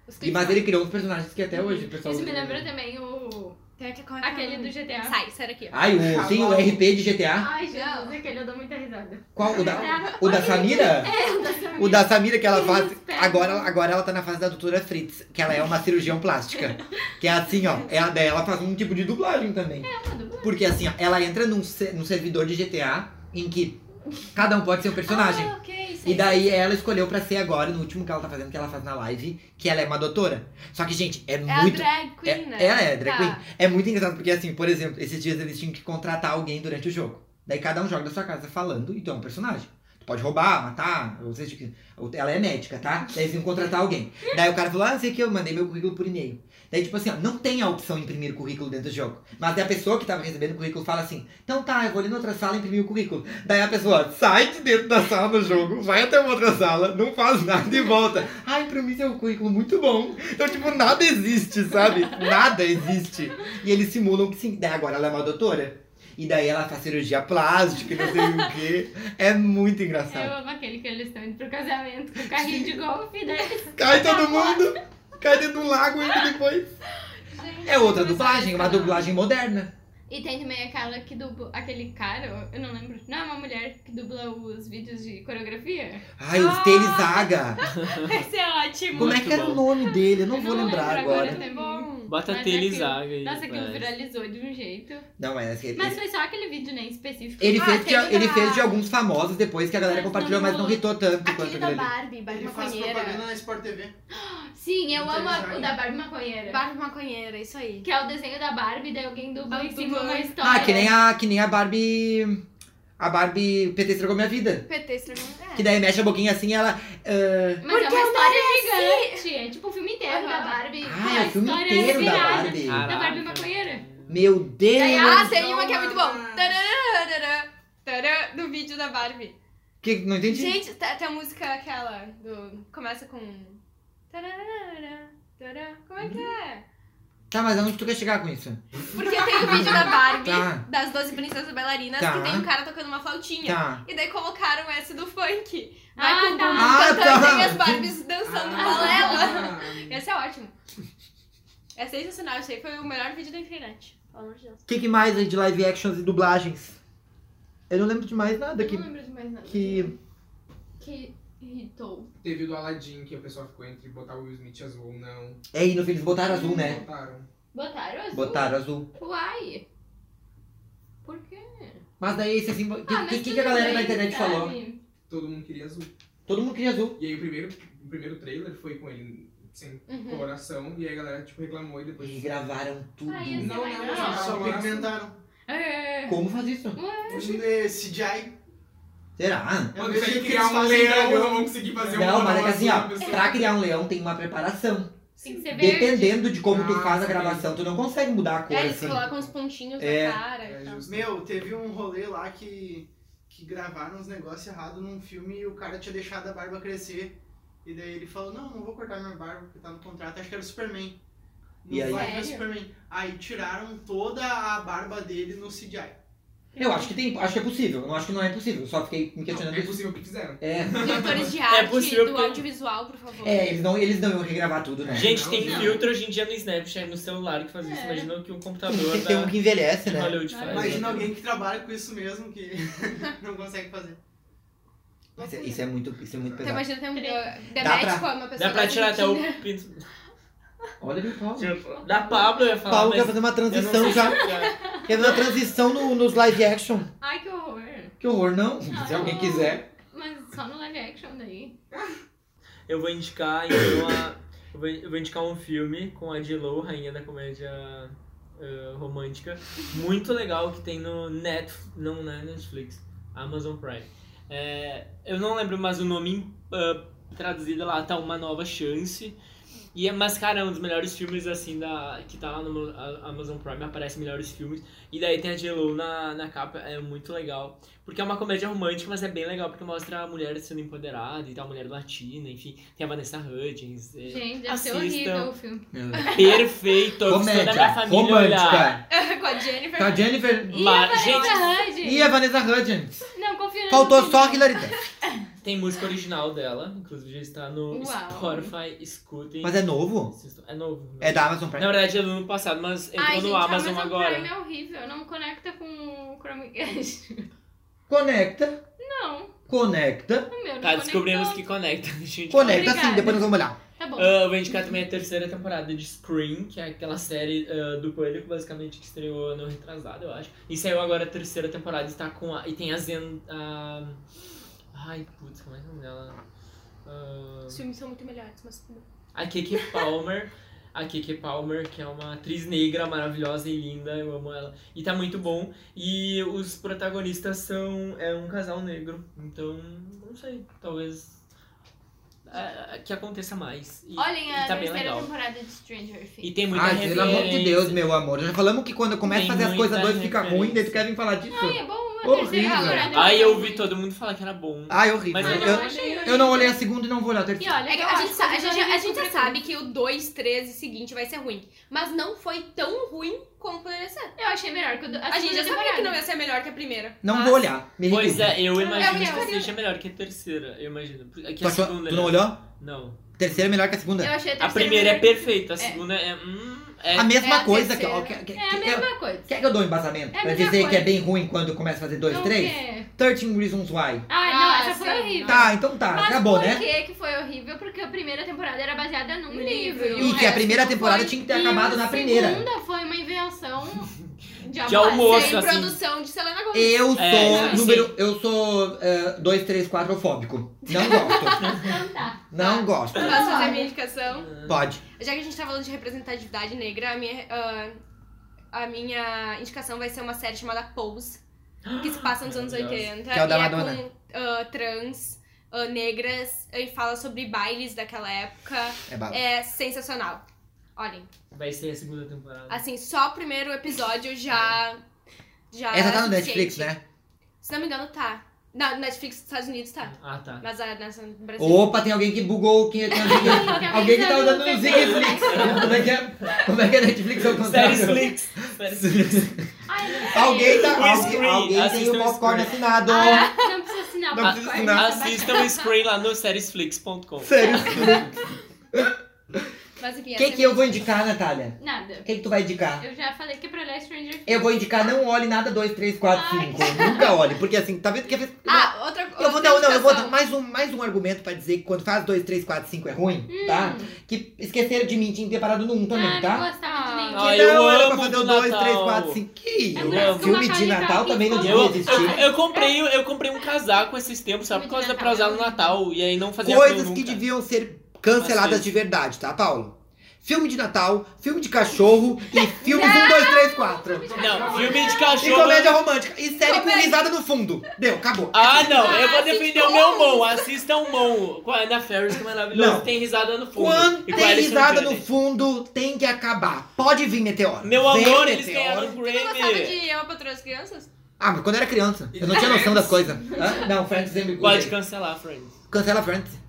Speaker 5: Os
Speaker 1: E-
Speaker 5: clipes
Speaker 1: Mas
Speaker 5: são-
Speaker 1: ele criou uns personagens que até hoje o pessoal
Speaker 4: Isso
Speaker 1: usa.
Speaker 4: me lembra também o...
Speaker 5: Tem aquele, como é que é o
Speaker 4: Aquele
Speaker 5: nome?
Speaker 4: do GTA.
Speaker 5: Sai, sai daqui.
Speaker 1: Ai, o, sim, o RP de GTA.
Speaker 4: Ai, Jesus, Tá, é, aquele eu dou muita risada.
Speaker 1: Qual? O da, o da Samira? O da Samira que ela faz. Agora, agora ela tá na fase da doutora Fritz, que ela é uma cirurgião plástica. Que é assim, ó. Ela, daí ela faz um tipo de dublagem também. Porque assim, ó, ela entra num, se- num servidor de GTA em que cada um pode ser um personagem.
Speaker 4: Ah, ok,
Speaker 1: E
Speaker 4: sei.
Speaker 1: daí ela escolheu pra ser agora, no último que ela tá fazendo, que ela faz na live, que ela é uma doutora. Só que, gente, é,
Speaker 5: É
Speaker 1: muito.
Speaker 5: a drag queen,
Speaker 1: é-
Speaker 5: né?
Speaker 1: Ela é drag
Speaker 5: Tá.
Speaker 1: queen. É muito engraçado porque, assim, por exemplo, esses dias eles tinham que contratar alguém durante o jogo. Daí cada um joga da sua casa falando e tu é um personagem. Tu Pode roubar, matar, ou seja, que- ou- ela é médica, tá? Daí eles iam contratar alguém. Daí o cara falou, ah, não sei o que, eu mandei meu currículo por e-mail. Daí, tipo assim, ó, não tem a opção de imprimir currículo dentro do jogo. Mas daí a pessoa que tava recebendo o currículo fala assim, então tá, eu vou ali na outra sala imprimir o currículo. Daí a pessoa sai de dentro da sala do jogo, vai até uma outra sala, não faz nada e volta. Ah, imprimi seu currículo, muito bom. Então, tipo, nada existe, sabe? Nada existe. E eles simulam que sim. Daí agora ela é uma doutora. E daí ela faz cirurgia plástica, e não sei o quê. É muito
Speaker 4: Eu
Speaker 1: engraçado.
Speaker 4: amo aquele que eles estão indo pro casamento com o carrinho de golfe, né? daí eles
Speaker 1: Cai todo mundo. Cai dentro do lago ainda depois. É outra dublagem, uma dublagem moderna.
Speaker 4: E tem também aquela que dubla. Aquele cara, eu não lembro. Não, é uma mulher que dubla os vídeos de coreografia?
Speaker 1: Ai, o Stelizaga.
Speaker 4: Esse é ótimo.
Speaker 1: Como é
Speaker 2: Muito
Speaker 1: que era
Speaker 2: bom.
Speaker 1: o nome dele? Eu não
Speaker 4: Eu
Speaker 1: vou
Speaker 4: não
Speaker 1: lembrar
Speaker 4: lembro
Speaker 1: agora.
Speaker 4: agora
Speaker 5: tá
Speaker 4: também.
Speaker 2: Bota
Speaker 4: Mas
Speaker 2: a
Speaker 4: é
Speaker 2: tele
Speaker 4: aquilo-
Speaker 2: zaga aí.
Speaker 4: Nossa, aquilo
Speaker 2: mas-
Speaker 4: viralizou de um jeito.
Speaker 1: Não, mas esse-
Speaker 4: Mas foi só aquele vídeo, né? Específico.
Speaker 1: Ele,
Speaker 5: Ah,
Speaker 1: fez de,
Speaker 5: tem
Speaker 1: ele
Speaker 5: da-
Speaker 1: fez de alguns famosos depois que a galera
Speaker 4: Mas
Speaker 1: compartilhou,
Speaker 4: não-
Speaker 1: mas não hitou tanto quanto
Speaker 3: Aquele da
Speaker 1: aquele.
Speaker 3: Barbie,
Speaker 5: É
Speaker 3: Barbie
Speaker 6: Ele faz propaganda
Speaker 3: maconheira.
Speaker 6: na Sport TV.
Speaker 4: Sim, eu amo a-
Speaker 6: Interessante.
Speaker 4: o da Barbie Maconheira.
Speaker 3: Barbie maconheira, isso aí.
Speaker 4: Que é o desenho da Barbie, daí alguém né? dubla
Speaker 3: Ah,
Speaker 4: em cima
Speaker 3: dubla.
Speaker 4: uma história.
Speaker 1: Ah, que nem a, que nem a Barbie. A Barbie PT estragou minha vida.
Speaker 3: PT estragou.
Speaker 1: Que daí mexe a boquinha assim e ela. ah,
Speaker 4: Mas é uma história gigante. É tipo o filme inteiro
Speaker 3: Aham.
Speaker 4: da Barbie.
Speaker 1: Ah,
Speaker 4: é
Speaker 1: é o filme
Speaker 4: história
Speaker 1: inteiro da
Speaker 4: virada
Speaker 1: Barbie.
Speaker 4: Da Barbie
Speaker 2: Caraca.
Speaker 4: Maconheira.
Speaker 1: Meu Deus!
Speaker 3: Daí, ah, tem
Speaker 6: Então,
Speaker 3: uma que é muito bom.
Speaker 6: mas-
Speaker 3: Tarará, tarará, tará, do vídeo da Barbie.
Speaker 1: Que, não entendi.
Speaker 3: Gente, tá- tem a música aquela do. Começa com. tarará, tará. Como é que é?
Speaker 1: Tá, mas aonde tu quer chegar com isso?
Speaker 3: Porque tem o vídeo da Barbie,
Speaker 1: Tá.
Speaker 3: das 12 princesas bailarinas,
Speaker 1: Tá.
Speaker 3: que tem um cara tocando uma flautinha.
Speaker 1: Tá.
Speaker 3: E daí colocaram essa do funk. Vai
Speaker 4: Ah,
Speaker 3: com
Speaker 4: tá.
Speaker 1: Ah,
Speaker 3: o bumbum cantando
Speaker 1: tá.
Speaker 3: e as Barbies dançando balela.
Speaker 7: Ah,
Speaker 3: Esse é ótimo. É sensacional, esse aí foi o melhor vídeo da internet. Pelo amor de Deus.
Speaker 1: O que, que mais aí de live actions e dublagens? Eu não lembro de mais nada que.
Speaker 4: Não lembro de mais nada.
Speaker 1: que...
Speaker 4: Que irritou.
Speaker 7: Teve o do Aladdin, que o pessoal ficou entre botar o Will Smith azul ou não.
Speaker 1: É, e no fim eles botaram azul, né?
Speaker 7: Botaram.
Speaker 4: Botaram azul?
Speaker 1: Botaram azul.
Speaker 4: Uai. Por quê?
Speaker 1: Mas daí esse assim. O que,
Speaker 4: Ah, mas
Speaker 1: que, que
Speaker 4: tudo
Speaker 1: a galera
Speaker 4: bem,
Speaker 1: na internet
Speaker 4: sabe?
Speaker 1: falou?
Speaker 7: Todo mundo queria azul.
Speaker 1: Todo mundo queria azul.
Speaker 7: E aí o primeiro, o primeiro trailer foi com ele sem
Speaker 5: Uhum.
Speaker 3: Uhum. É
Speaker 7: coloração, e aí a galera tipo, reclamou e depois.
Speaker 1: E gravaram tudo.
Speaker 4: Ah, ia ser
Speaker 7: Não, né,
Speaker 4: mais
Speaker 7: não,
Speaker 4: legal.
Speaker 7: não.
Speaker 6: Só
Speaker 7: Nossa.
Speaker 6: pigmentaram.
Speaker 4: É.
Speaker 1: Como faz isso?
Speaker 6: É CGI.
Speaker 1: Será?
Speaker 6: É o mesmo
Speaker 7: Mano, se
Speaker 6: que
Speaker 7: ele
Speaker 6: eles
Speaker 7: criar um
Speaker 6: fazem em
Speaker 7: leão, eu
Speaker 6: dragão.
Speaker 7: não vou conseguir fazer um
Speaker 1: assim, então. Não, mas é que assim, ó,
Speaker 7: dragão azul,
Speaker 1: pra criar um leão tem uma preparação.
Speaker 4: Tem que ser verde.
Speaker 1: Dependendo de como tu
Speaker 7: Ah,
Speaker 1: faz a
Speaker 7: sim.
Speaker 1: gravação, tu não consegue mudar a cor,
Speaker 5: É, eles
Speaker 1: assim.
Speaker 5: colocam uns pontinhos
Speaker 1: É.
Speaker 5: na cara.
Speaker 7: É,
Speaker 5: e tal.
Speaker 7: justo.
Speaker 6: Meu, teve um rolê lá que, que gravaram uns negócios errados num filme e o cara tinha deixado a barba crescer. E daí ele falou, não, não vou cortar minha barba porque tá no contrato, acho que era o Superman.
Speaker 1: E aí?
Speaker 6: Não vai ver o
Speaker 4: Sério?
Speaker 6: Superman. Aí tiraram toda a barba dele no CGI.
Speaker 1: Eu acho que tem, acho que é possível. Eu não acho que não é possível. Só fiquei me
Speaker 7: Não,
Speaker 1: questionando
Speaker 7: é
Speaker 1: isso.
Speaker 7: possível que fizeram.
Speaker 1: É.
Speaker 5: Diretores de arte
Speaker 2: possível
Speaker 5: do
Speaker 2: porque-
Speaker 5: audiovisual, por favor.
Speaker 1: É, eles não, eles não iam regravar tudo, né?
Speaker 2: Gente, tem
Speaker 7: Não.
Speaker 2: filtro hoje em dia no Snapchat, no celular que faz isso.
Speaker 4: É.
Speaker 2: Imagina o que um computador
Speaker 1: tem, tem um
Speaker 2: da
Speaker 1: que envelhece,
Speaker 2: de
Speaker 1: né?
Speaker 2: Hollywood
Speaker 4: Não,
Speaker 2: faz.
Speaker 6: Imagina alguém que trabalha com isso mesmo, que não consegue fazer.
Speaker 1: Mas é- Isso é muito, isso é muito
Speaker 6: Então,
Speaker 5: Então,
Speaker 1: pesado.
Speaker 5: imagina ter um
Speaker 4: Três.
Speaker 1: Dá
Speaker 5: Demético,
Speaker 1: pra-
Speaker 5: uma pessoa.
Speaker 2: Dá pra
Speaker 5: da
Speaker 2: tirar até o
Speaker 5: Argentina.
Speaker 2: pinto.
Speaker 1: Olha o Paulo.
Speaker 2: Da Pablo eu ia
Speaker 1: O
Speaker 2: falar.
Speaker 1: Paulo
Speaker 2: mas
Speaker 1: quer fazer uma
Speaker 2: eu não sei
Speaker 1: tá transição
Speaker 2: se
Speaker 1: já.
Speaker 2: eu quero.
Speaker 1: Quer fazer uma transição no- nos live action.
Speaker 4: Ai, que horror.
Speaker 1: Que horror, não?
Speaker 4: Não.
Speaker 1: Se alguém quiser.
Speaker 4: Mas só no live action daí.
Speaker 2: Eu vou indicar, então, a... eu, vou, eu vou indicar um filme com a J.Lo, rainha da comédia eh, romântica, muito legal que tem no Net... não, não é Netflix, Amazon Prime. É, eu não lembro mais o nome ah, traduzido lá, tá Uma Nova Chance. E é, mas, cara, é um dos melhores filmes, assim, da, que tá lá no a- Amazon Prime, aparece melhores filmes. E daí tem a J.Lo na, na capa, é muito legal. Porque é uma comédia romântica, mas é bem legal, porque mostra a mulher sendo empoderada e tal, a mulher latina, enfim. Tem a Vanessa Hudgens. é
Speaker 4: Gente, deve ser
Speaker 2: Assistam.
Speaker 4: horrível o filme.
Speaker 2: perfeito, eu fiz toda a minha
Speaker 1: Comédia,
Speaker 2: família olhar.
Speaker 1: romântica.
Speaker 5: Com a Jennifer.
Speaker 1: Com a Jennifer
Speaker 4: E
Speaker 2: Mas,
Speaker 4: a
Speaker 2: gente,
Speaker 4: Vanessa Hudgens?
Speaker 1: e a é Vanessa Hudgens.
Speaker 4: Não, confia
Speaker 1: Faltou só a Hilary Duff.
Speaker 2: Tem música original dela, inclusive já está no
Speaker 4: Uau.
Speaker 2: Spotify, escutem.
Speaker 1: Mas é novo?
Speaker 2: Assistam. É novo.
Speaker 1: É da Amazon Prime.
Speaker 2: Na verdade, é do ano passado, mas entrou
Speaker 4: Ai,
Speaker 2: no
Speaker 4: gente, a
Speaker 2: Amazon,
Speaker 4: Amazon
Speaker 2: agora.
Speaker 4: Prime é horrível. Não conecta com o Chromecast.
Speaker 1: Conecta,
Speaker 4: Não,
Speaker 1: conecta,
Speaker 4: o meu não
Speaker 2: Tá, descobrimos
Speaker 4: conectou.
Speaker 2: que conecta. Gente,
Speaker 1: conecta
Speaker 4: Obrigada.
Speaker 1: sim, depois nós vamos olhar.
Speaker 4: Tá bom.
Speaker 2: Ah, eu vou indicar também a terceira temporada de Scream, que é aquela série ah, do Coelho, que basicamente que estreou ano retrasado, eu acho. E saiu agora a terceira temporada e tá com a. E tem a Zen. a- Ai, putz, como é que é o nome dela? Ah,
Speaker 5: Os filmes são muito melhores, mas tudo bem.
Speaker 2: A Keke Palmer. a Keke Palmer, que é uma atriz negra maravilhosa e linda, eu amo ela. E tá muito bom. E os protagonistas são é um casal negro. Então, não sei, talvez ah, que aconteça mais. E,
Speaker 4: Olhem
Speaker 2: e
Speaker 4: a
Speaker 2: tá bem
Speaker 4: terceira
Speaker 2: legal.
Speaker 4: temporada de Stranger
Speaker 2: E
Speaker 4: Things.
Speaker 2: tem muita
Speaker 1: Ai, pelo amor de
Speaker 2: referência.
Speaker 1: Deus, meu amor. Já falamos que quando começa a
Speaker 2: Tem
Speaker 1: fazer as coisas
Speaker 2: muita
Speaker 1: dois fica ruim, daí tu
Speaker 2: referência.
Speaker 1: quer vir falar disso.
Speaker 4: Ai, é bom a
Speaker 1: Horrível.
Speaker 4: terceira temporada. é Ah,
Speaker 2: Ai, eu ouvi todo mundo falar que era bom.
Speaker 1: Ai, horrível.
Speaker 2: Mas eu
Speaker 1: eu, eu não olhei a segunda e não vou olhar a
Speaker 4: E
Speaker 1: terceira.
Speaker 4: olha,
Speaker 5: É que
Speaker 4: eu
Speaker 5: a,
Speaker 4: acho
Speaker 5: gente
Speaker 4: que
Speaker 5: sa- a
Speaker 4: vocês
Speaker 5: gente,
Speaker 4: vão
Speaker 5: a gente já
Speaker 4: descobrir
Speaker 5: sabe que o 2, 3 e seguinte vai ser ruim. Mas não foi tão ruim como poderia ser.
Speaker 4: tudo. Eu achei melhor que o do-
Speaker 5: A, gente
Speaker 4: segunda
Speaker 5: já sabia que não é-
Speaker 4: temporada.
Speaker 5: ia ser melhor que a primeira.
Speaker 1: Não
Speaker 5: mas-
Speaker 1: vou olhar. Me
Speaker 2: Pois
Speaker 1: recuso.
Speaker 2: é, eu imagino
Speaker 5: Gabriel,
Speaker 2: que seja melhor que a terceira, eu imagino. Que
Speaker 1: Tu,
Speaker 2: a
Speaker 1: achou-
Speaker 2: segunda,
Speaker 1: tu
Speaker 2: né?
Speaker 1: não olhou?
Speaker 2: Não.
Speaker 1: Terceira é melhor que a segunda.
Speaker 4: Eu achei a
Speaker 2: A
Speaker 4: terceira
Speaker 2: primeira é
Speaker 4: melhor.
Speaker 2: perfeita, a segunda é. hum, é-
Speaker 1: A mesma
Speaker 4: é a
Speaker 1: coisa que, ó,
Speaker 4: terceira.
Speaker 1: que- que-
Speaker 4: É a
Speaker 1: que- eu-
Speaker 4: mesma coisa.
Speaker 1: Quer que eu dou um embasamento?
Speaker 4: É a
Speaker 1: pra
Speaker 4: mesma
Speaker 1: dizer que
Speaker 4: coisa.
Speaker 1: é bem ruim quando começa a fazer dois,
Speaker 4: Não
Speaker 1: três?
Speaker 4: quer.
Speaker 1: 13 Reasons Why.
Speaker 4: Ai, não,
Speaker 5: Ah,
Speaker 4: essa foi
Speaker 5: sim.
Speaker 4: horrível.
Speaker 1: Tá, então tá,
Speaker 4: Mas
Speaker 1: acabou,
Speaker 4: por
Speaker 1: né?
Speaker 4: que que foi horrível? Porque a primeira temporada era baseada num
Speaker 5: Um
Speaker 4: livro.
Speaker 5: livro.
Speaker 1: E
Speaker 4: o
Speaker 1: que a
Speaker 4: resto
Speaker 1: primeira
Speaker 4: não
Speaker 1: temporada
Speaker 4: foi.
Speaker 1: tinha que ter
Speaker 4: E
Speaker 1: acabado
Speaker 4: a
Speaker 1: na primeira.
Speaker 4: segunda foi uma invenção de
Speaker 2: De
Speaker 4: amor.
Speaker 2: almoço,
Speaker 5: Sem
Speaker 2: assim.
Speaker 5: produção de Selena Gomez.
Speaker 1: Eu sou
Speaker 2: É,
Speaker 4: sim.
Speaker 1: número. Eu sou eh, 2, 3, 4 fóbico. Não gosto.
Speaker 4: Então tá.
Speaker 1: não gosto.
Speaker 5: Posso fazer minha indicação?
Speaker 1: Pode.
Speaker 5: Já que a gente tá falando de representatividade negra, a minha, ah, a minha indicação vai ser uma série chamada Pose, que se passa nos anos
Speaker 2: Maravilhosa.
Speaker 5: 80.
Speaker 1: Que é o da
Speaker 5: e
Speaker 1: Madonna.
Speaker 5: com ah, trans, ah, negras, e fala sobre bailes daquela época.
Speaker 1: É bala.
Speaker 5: É sensacional. Olhem,
Speaker 2: Vai ser a segunda temporada.
Speaker 5: assim, só o primeiro episódio já. já
Speaker 1: Essa tá no
Speaker 5: é suficiente.
Speaker 1: Netflix, né?
Speaker 5: Se não me engano, tá. Na Netflix dos Estados Unidos tá.
Speaker 2: Ah, tá.
Speaker 5: Mas a nessa no Brasil.
Speaker 1: Opa, tem alguém que bugou. Quem, quem, alguém, alguém que tá
Speaker 4: avisando
Speaker 1: usando
Speaker 4: o
Speaker 1: no
Speaker 4: PP.
Speaker 1: Netflix. Como é que é? Como é que é Netflix ao
Speaker 2: Série
Speaker 1: contrário?
Speaker 2: Flix. Série
Speaker 4: Ai, não sei.
Speaker 1: Alguém tá.
Speaker 2: O
Speaker 1: Alguém,
Speaker 2: Screen,
Speaker 1: alguém tem
Speaker 2: assistam
Speaker 1: o
Speaker 2: o
Speaker 1: popcorn
Speaker 2: Screen.
Speaker 1: assinado.
Speaker 4: Ah, não precisa assinar.
Speaker 1: Não
Speaker 4: o
Speaker 1: precisa
Speaker 4: Popcorn,
Speaker 1: assinar.
Speaker 4: só baixa.
Speaker 2: Assistam o Screen lá no seriesflix.com.
Speaker 1: Sério.
Speaker 5: Mas
Speaker 1: O
Speaker 5: enfim,
Speaker 1: que,
Speaker 5: essa é
Speaker 1: que
Speaker 5: minha
Speaker 1: eu vou indicar, Natália?
Speaker 4: Nada.
Speaker 1: O que, que tu vai indicar?
Speaker 4: Eu já falei que é pra olhar Stranger Things.
Speaker 1: Eu vou indicar não olhe nada 2, 3, 4,
Speaker 4: Ai.
Speaker 1: 5. Nunca olhe. Porque assim, tá vendo que.
Speaker 5: Ah, outra outra
Speaker 1: Eu vou dar, não, eu vou
Speaker 5: indicação.
Speaker 1: dar mais um, mais um argumento pra dizer que quando faz 2, 3, 4, 5 é ruim, tá? Que esqueceram de mim, tinha que ter parado no 1 também,
Speaker 4: Hum. Ah,
Speaker 1: tá?
Speaker 4: não gostava de nenhum.
Speaker 2: Ah,
Speaker 1: que
Speaker 2: eu
Speaker 1: não era pra
Speaker 2: amo
Speaker 1: fazer
Speaker 2: do
Speaker 1: o 2, 3,
Speaker 2: Natal.
Speaker 1: 4, 5. Que
Speaker 4: É
Speaker 1: isso?
Speaker 2: mais que o
Speaker 1: filme de
Speaker 4: Macaulay
Speaker 1: Natal
Speaker 4: Culkin
Speaker 1: também não
Speaker 2: Eu,
Speaker 1: devia
Speaker 4: falou.
Speaker 1: existir.
Speaker 2: eu, eu comprei, eu comprei um casaco esses tempos, só por causa pra usar no Natal. E aí não fazia
Speaker 1: Coisas
Speaker 2: frio
Speaker 1: que
Speaker 2: nunca.
Speaker 1: deviam ser canceladas
Speaker 2: Bastante.
Speaker 1: de verdade, tá, Paulo? Filme de Natal, filme de cachorro e filmes 1, 2, 3, 4.
Speaker 2: Não, filme de
Speaker 1: E
Speaker 2: cachorro.
Speaker 1: comédia romântica. E série com risada no fundo. Deu, acabou.
Speaker 2: Ah, não, eu
Speaker 5: Ah,
Speaker 2: vou defender o meu Mon. Assistam o Mon com a Ana Ferris, que é maravilhoso.
Speaker 1: Não.
Speaker 2: Tem risada no fundo.
Speaker 1: Quando
Speaker 2: E com
Speaker 1: tem
Speaker 2: Alison
Speaker 1: risada no
Speaker 2: Johnny.
Speaker 1: fundo, tem que acabar. Pode vir meteoro.
Speaker 2: Meu
Speaker 1: Vem,
Speaker 2: amor, eles
Speaker 1: Meteoro.
Speaker 2: ganharam o
Speaker 5: Eu gostava
Speaker 2: Grammy.
Speaker 5: de Eu, a Patroa das Crianças?
Speaker 1: Ah, mas quando eu era criança, eu não tinha noção das coisas. Hã? Não, Friends sempre
Speaker 2: Pode cancelar, Friends.
Speaker 1: Cancela Friends.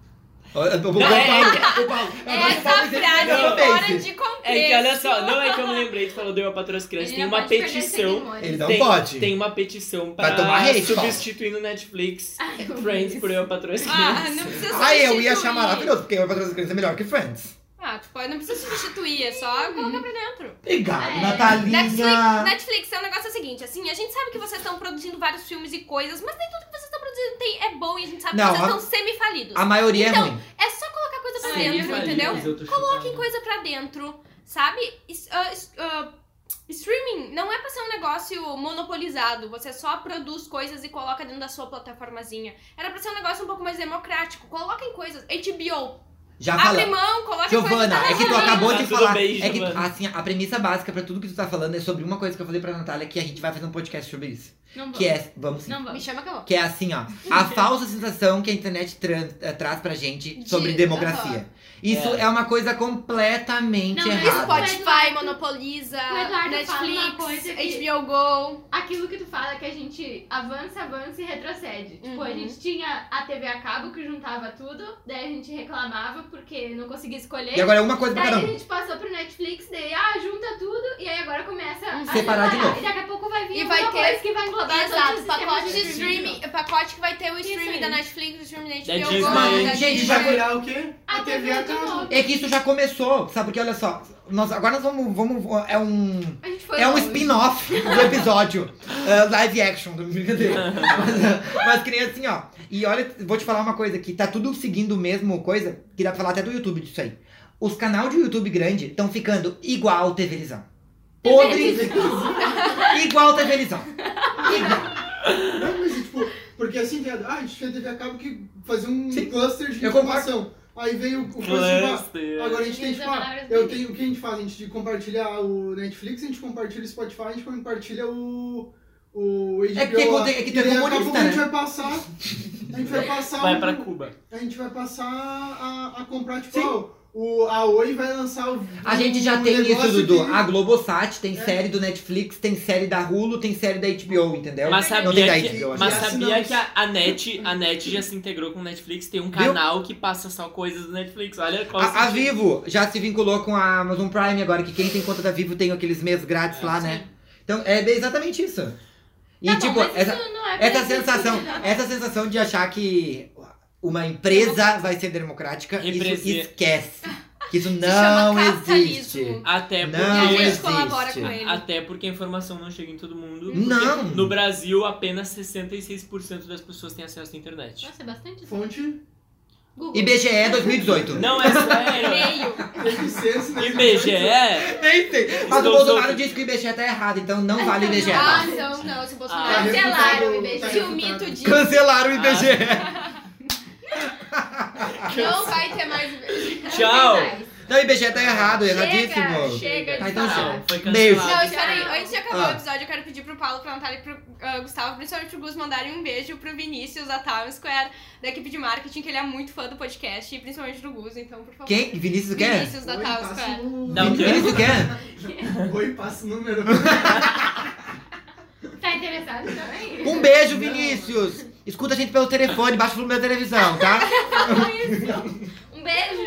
Speaker 1: O, o, o, o,
Speaker 2: Não, é-
Speaker 1: Paulo, o Paulo, eu gosto do Paulo
Speaker 5: Essa
Speaker 1: dizer
Speaker 5: frase
Speaker 1: que eu
Speaker 2: não,
Speaker 1: também,
Speaker 5: fora
Speaker 1: sim.
Speaker 5: de contexto.
Speaker 2: É que olha só, não é que eu me lembrei, tu falou deu a patroa das crianças.
Speaker 4: Ele
Speaker 2: Tem
Speaker 4: não
Speaker 2: uma
Speaker 4: pode perder
Speaker 2: petição.
Speaker 4: seguidores.
Speaker 1: Ele não
Speaker 2: tem,
Speaker 1: pode.
Speaker 2: Tem uma petição
Speaker 1: Vai
Speaker 2: pra
Speaker 1: tomar hate, Paulo.
Speaker 2: substituir no Netflix
Speaker 4: eu
Speaker 2: Friends
Speaker 4: vi
Speaker 2: por eu a patroa das
Speaker 5: Ah, não
Speaker 2: crianças.
Speaker 5: precisa substituir.
Speaker 1: Ah, eu ia achar maravilhoso, porque eu patrocínio criança é melhor que Friends.
Speaker 5: Ah, tu pode, não precisa substituir, é
Speaker 2: Uhum.
Speaker 5: só colocar pra dentro.
Speaker 1: Obrigado,
Speaker 4: É.
Speaker 1: Natalinha.
Speaker 5: Netflix, Netflix, é um negócio é o seguinte, assim, a gente sabe que vocês estão produzindo vários filmes e coisas, mas nem tudo que vocês estão produzindo tem, é bom e a gente sabe
Speaker 1: Não,
Speaker 5: que vocês
Speaker 1: a-
Speaker 5: estão semi-falidos.
Speaker 1: A maioria
Speaker 5: Então,
Speaker 1: é ruim.
Speaker 5: É só colocar coisa pra
Speaker 4: Sim,
Speaker 5: dentro,
Speaker 4: falidos,
Speaker 5: entendeu?
Speaker 4: eu
Speaker 2: Coloquem
Speaker 5: Tem coisa pra dentro, sabe? Is- ah, is- ah, streaming não é pra ser um negócio monopolizado. Você só produz coisas e coloca dentro da sua plataformazinha. Era pra ser um negócio um pouco mais democrático. Coloquem coisas. HBO,
Speaker 1: Já
Speaker 5: abre
Speaker 1: falei.
Speaker 5: mão,
Speaker 1: Ah,
Speaker 5: coloca coisas.
Speaker 1: Giovana, é que tu acabou
Speaker 2: Tá
Speaker 1: de
Speaker 2: tudo
Speaker 1: falar.
Speaker 2: bem,
Speaker 1: é que,
Speaker 2: Giovana.
Speaker 1: assim, a premissa básica pra tudo que tu tá falando é sobre uma coisa que eu falei pra Natália, que a gente vai fazer um podcast sobre isso.
Speaker 4: Não vou.
Speaker 1: Que é, vamos sim.
Speaker 4: Não vou.
Speaker 5: Me chama que eu vou.
Speaker 1: Que é assim, ó. A falsa sensação que a internet tran- eh, traz pra gente
Speaker 5: De-
Speaker 1: sobre democracia. Isso é.
Speaker 2: É.
Speaker 1: uma coisa completamente
Speaker 4: Não, mas
Speaker 1: errada.
Speaker 4: isso pode-
Speaker 5: Spotify monopoliza,
Speaker 4: o Eduardo fala
Speaker 5: Netflix,
Speaker 4: uma coisa que-
Speaker 5: HBO Go.
Speaker 4: Aquilo que tu fala que a gente avança, avança e retrocede. Tipo, a
Speaker 5: Uhum.
Speaker 4: gente tinha a TV a cabo que juntava tudo, daí a gente reclamava porque não conseguia escolher.
Speaker 1: E agora é uma coisa pra
Speaker 4: Daí
Speaker 1: cada
Speaker 4: a
Speaker 1: um.
Speaker 4: gente passou pro Netflix, daí, ah, junta tudo, e aí agora começa a
Speaker 1: Separar de novo.
Speaker 4: E daqui a pouco vai vir
Speaker 5: E
Speaker 4: alguma
Speaker 5: vai ter-
Speaker 4: coisa que vai englobar é todos
Speaker 5: Exato,
Speaker 4: os
Speaker 5: pacote
Speaker 4: sistemas
Speaker 5: de streaming, pacote que vai ter o
Speaker 4: Isso
Speaker 5: streaming
Speaker 4: aí.
Speaker 5: da Netflix, o streaming da
Speaker 2: Da
Speaker 5: HBO Go,
Speaker 2: Disney.
Speaker 5: da
Speaker 1: Gente,
Speaker 5: Disney.
Speaker 1: já
Speaker 6: Vai olhar o quê?
Speaker 4: A TV
Speaker 6: a
Speaker 4: de novo.
Speaker 6: cabo.
Speaker 1: É que isso já começou, sabe? Porque olha só, nós, agora nós vamos. vamos é um.
Speaker 4: A gente foi
Speaker 1: É um
Speaker 4: longe. Tá
Speaker 1: spin-off do episódio eh, live action, do- brincadeira. mas, eh, mas que nem assim, ó. E olha, vou te falar uma coisa aqui, tá tudo seguindo o mesmo coisa, que dá pra falar até do YouTube disso aí. Os canal de YouTube grande estão ficando igual televisão. Podre. igual televisão. Igual.
Speaker 6: Não, mas tipo, porque assim, viado, ah, a gente tinha TV a cabo que fazia um
Speaker 1: Sim.
Speaker 6: cluster de
Speaker 1: Eu concordo. É.
Speaker 6: informação. Aí veio o festival.
Speaker 2: Cluster.
Speaker 6: Agora a gente tem,
Speaker 4: Use
Speaker 6: tipo,
Speaker 4: a
Speaker 6: ah,
Speaker 4: palavra
Speaker 6: eu
Speaker 4: dele.
Speaker 6: tenho, o que a gente faz? A gente compartilha o Netflix, a gente compartilha o Spotify, a gente compartilha o. O HBO.
Speaker 1: É que tem conte- é que tem
Speaker 6: E daí, daqui a
Speaker 1: comunista,
Speaker 6: pouco a gente
Speaker 1: né?
Speaker 6: vai passar. A gente vai passar.
Speaker 2: Vai
Speaker 6: o-
Speaker 2: pra Cuba.
Speaker 6: A gente vai passar a, a comprar, tipo,
Speaker 1: Sim.
Speaker 6: ah, o, a Oi vai lançar o.
Speaker 1: A gente já
Speaker 6: o
Speaker 1: tem isso,
Speaker 6: um negócio
Speaker 1: Dudu.
Speaker 6: que-
Speaker 1: A Globosat tem
Speaker 6: É.
Speaker 1: série do Netflix, tem série da Hulu, tem série da HBO, entendeu?
Speaker 2: Mas
Speaker 1: Não tem
Speaker 2: sabia
Speaker 1: da
Speaker 2: que,
Speaker 1: HBO, acho.
Speaker 2: mas
Speaker 6: né?
Speaker 2: sabia que a, a Net, a Net já se integrou com o Netflix, tem um canal que passa só coisas do Netflix. Olha qual
Speaker 1: A, a
Speaker 2: sentido.
Speaker 1: Vivo já se vinculou com a Amazon Prime agora, que quem tem conta da Vivo tem aqueles meses grátis lá, né? Então é bem exatamente isso. E
Speaker 4: Tá bom,
Speaker 1: tipo,
Speaker 4: mas isso
Speaker 1: essa,
Speaker 4: não é pra
Speaker 1: essa
Speaker 4: gente
Speaker 1: sensação,
Speaker 4: discutir, né?
Speaker 1: essa sensação de achar que uma empresa vai ser democrática, isso
Speaker 2: Represe-
Speaker 1: esquece. Que isso
Speaker 5: Se chama
Speaker 1: não
Speaker 5: capitalismo.
Speaker 1: existe.
Speaker 2: Até
Speaker 1: Não
Speaker 2: porque,
Speaker 5: E a gente
Speaker 1: existe.
Speaker 5: colabora com ele.
Speaker 2: até porque a informação não chega em todo mundo. porque
Speaker 1: Não.
Speaker 2: No Brasil, apenas 66% das pessoas têm acesso à internet.
Speaker 4: Nossa, é bastante isso.
Speaker 6: Fonte.
Speaker 4: Google.
Speaker 1: IBGE 2018.
Speaker 2: Não é sério. é.
Speaker 5: Meio.
Speaker 6: Tem que ser esse negócio.
Speaker 2: IBGE?
Speaker 1: Nem sei. Mas o
Speaker 2: Estou
Speaker 1: Bolsonaro
Speaker 2: solto.
Speaker 1: disse que o IBGE tá errado, então não vale o IBGE.
Speaker 5: Ah, não, não, se o Bolsonaro.
Speaker 6: Tá refutado,
Speaker 4: Cancelaram o
Speaker 6: tá
Speaker 4: IBGE.
Speaker 5: Se o
Speaker 6: refutado.
Speaker 5: mito diz
Speaker 1: Cancelaram o IBGE.
Speaker 5: não vai ter mais. um Não,
Speaker 2: Tchau.
Speaker 1: Não, o IBGE tá errado,
Speaker 5: Chega,
Speaker 1: erradíssimo.
Speaker 5: chega
Speaker 1: Tá,
Speaker 5: de
Speaker 1: então
Speaker 5: falar.
Speaker 2: Não, foi
Speaker 1: Beijo.
Speaker 2: cancelado.
Speaker 5: Não, espera aí. Antes de acabar
Speaker 1: Ah.
Speaker 5: o episódio, eu quero pedir pro Paulo, pra Natália e pro ah, Gustavo, principalmente pro Gus, mandarem um beijo pro Vinícius da Times Square, da equipe de marketing, que ele é muito fã do podcast, e principalmente do Gus, então, por favor.
Speaker 1: Quem? Vinícius o quê?
Speaker 5: Vinícius da
Speaker 6: Oi,
Speaker 5: Times
Speaker 6: passa
Speaker 5: Square.
Speaker 6: o
Speaker 2: Dá um
Speaker 1: Vinícius o quê?
Speaker 6: Oi, passa o número.
Speaker 4: Tá interessado também?
Speaker 1: Um beijo, Vinícius. Escuta a gente pelo telefone, baixa o volume da televisão, tá?
Speaker 4: Um beijo!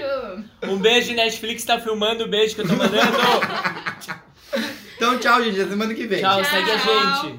Speaker 2: Um beijo, Netflix tá filmando o beijo que eu tô mandando.
Speaker 1: Então tchau, gente. Até semana que vem.
Speaker 2: Tchau, segue a gente.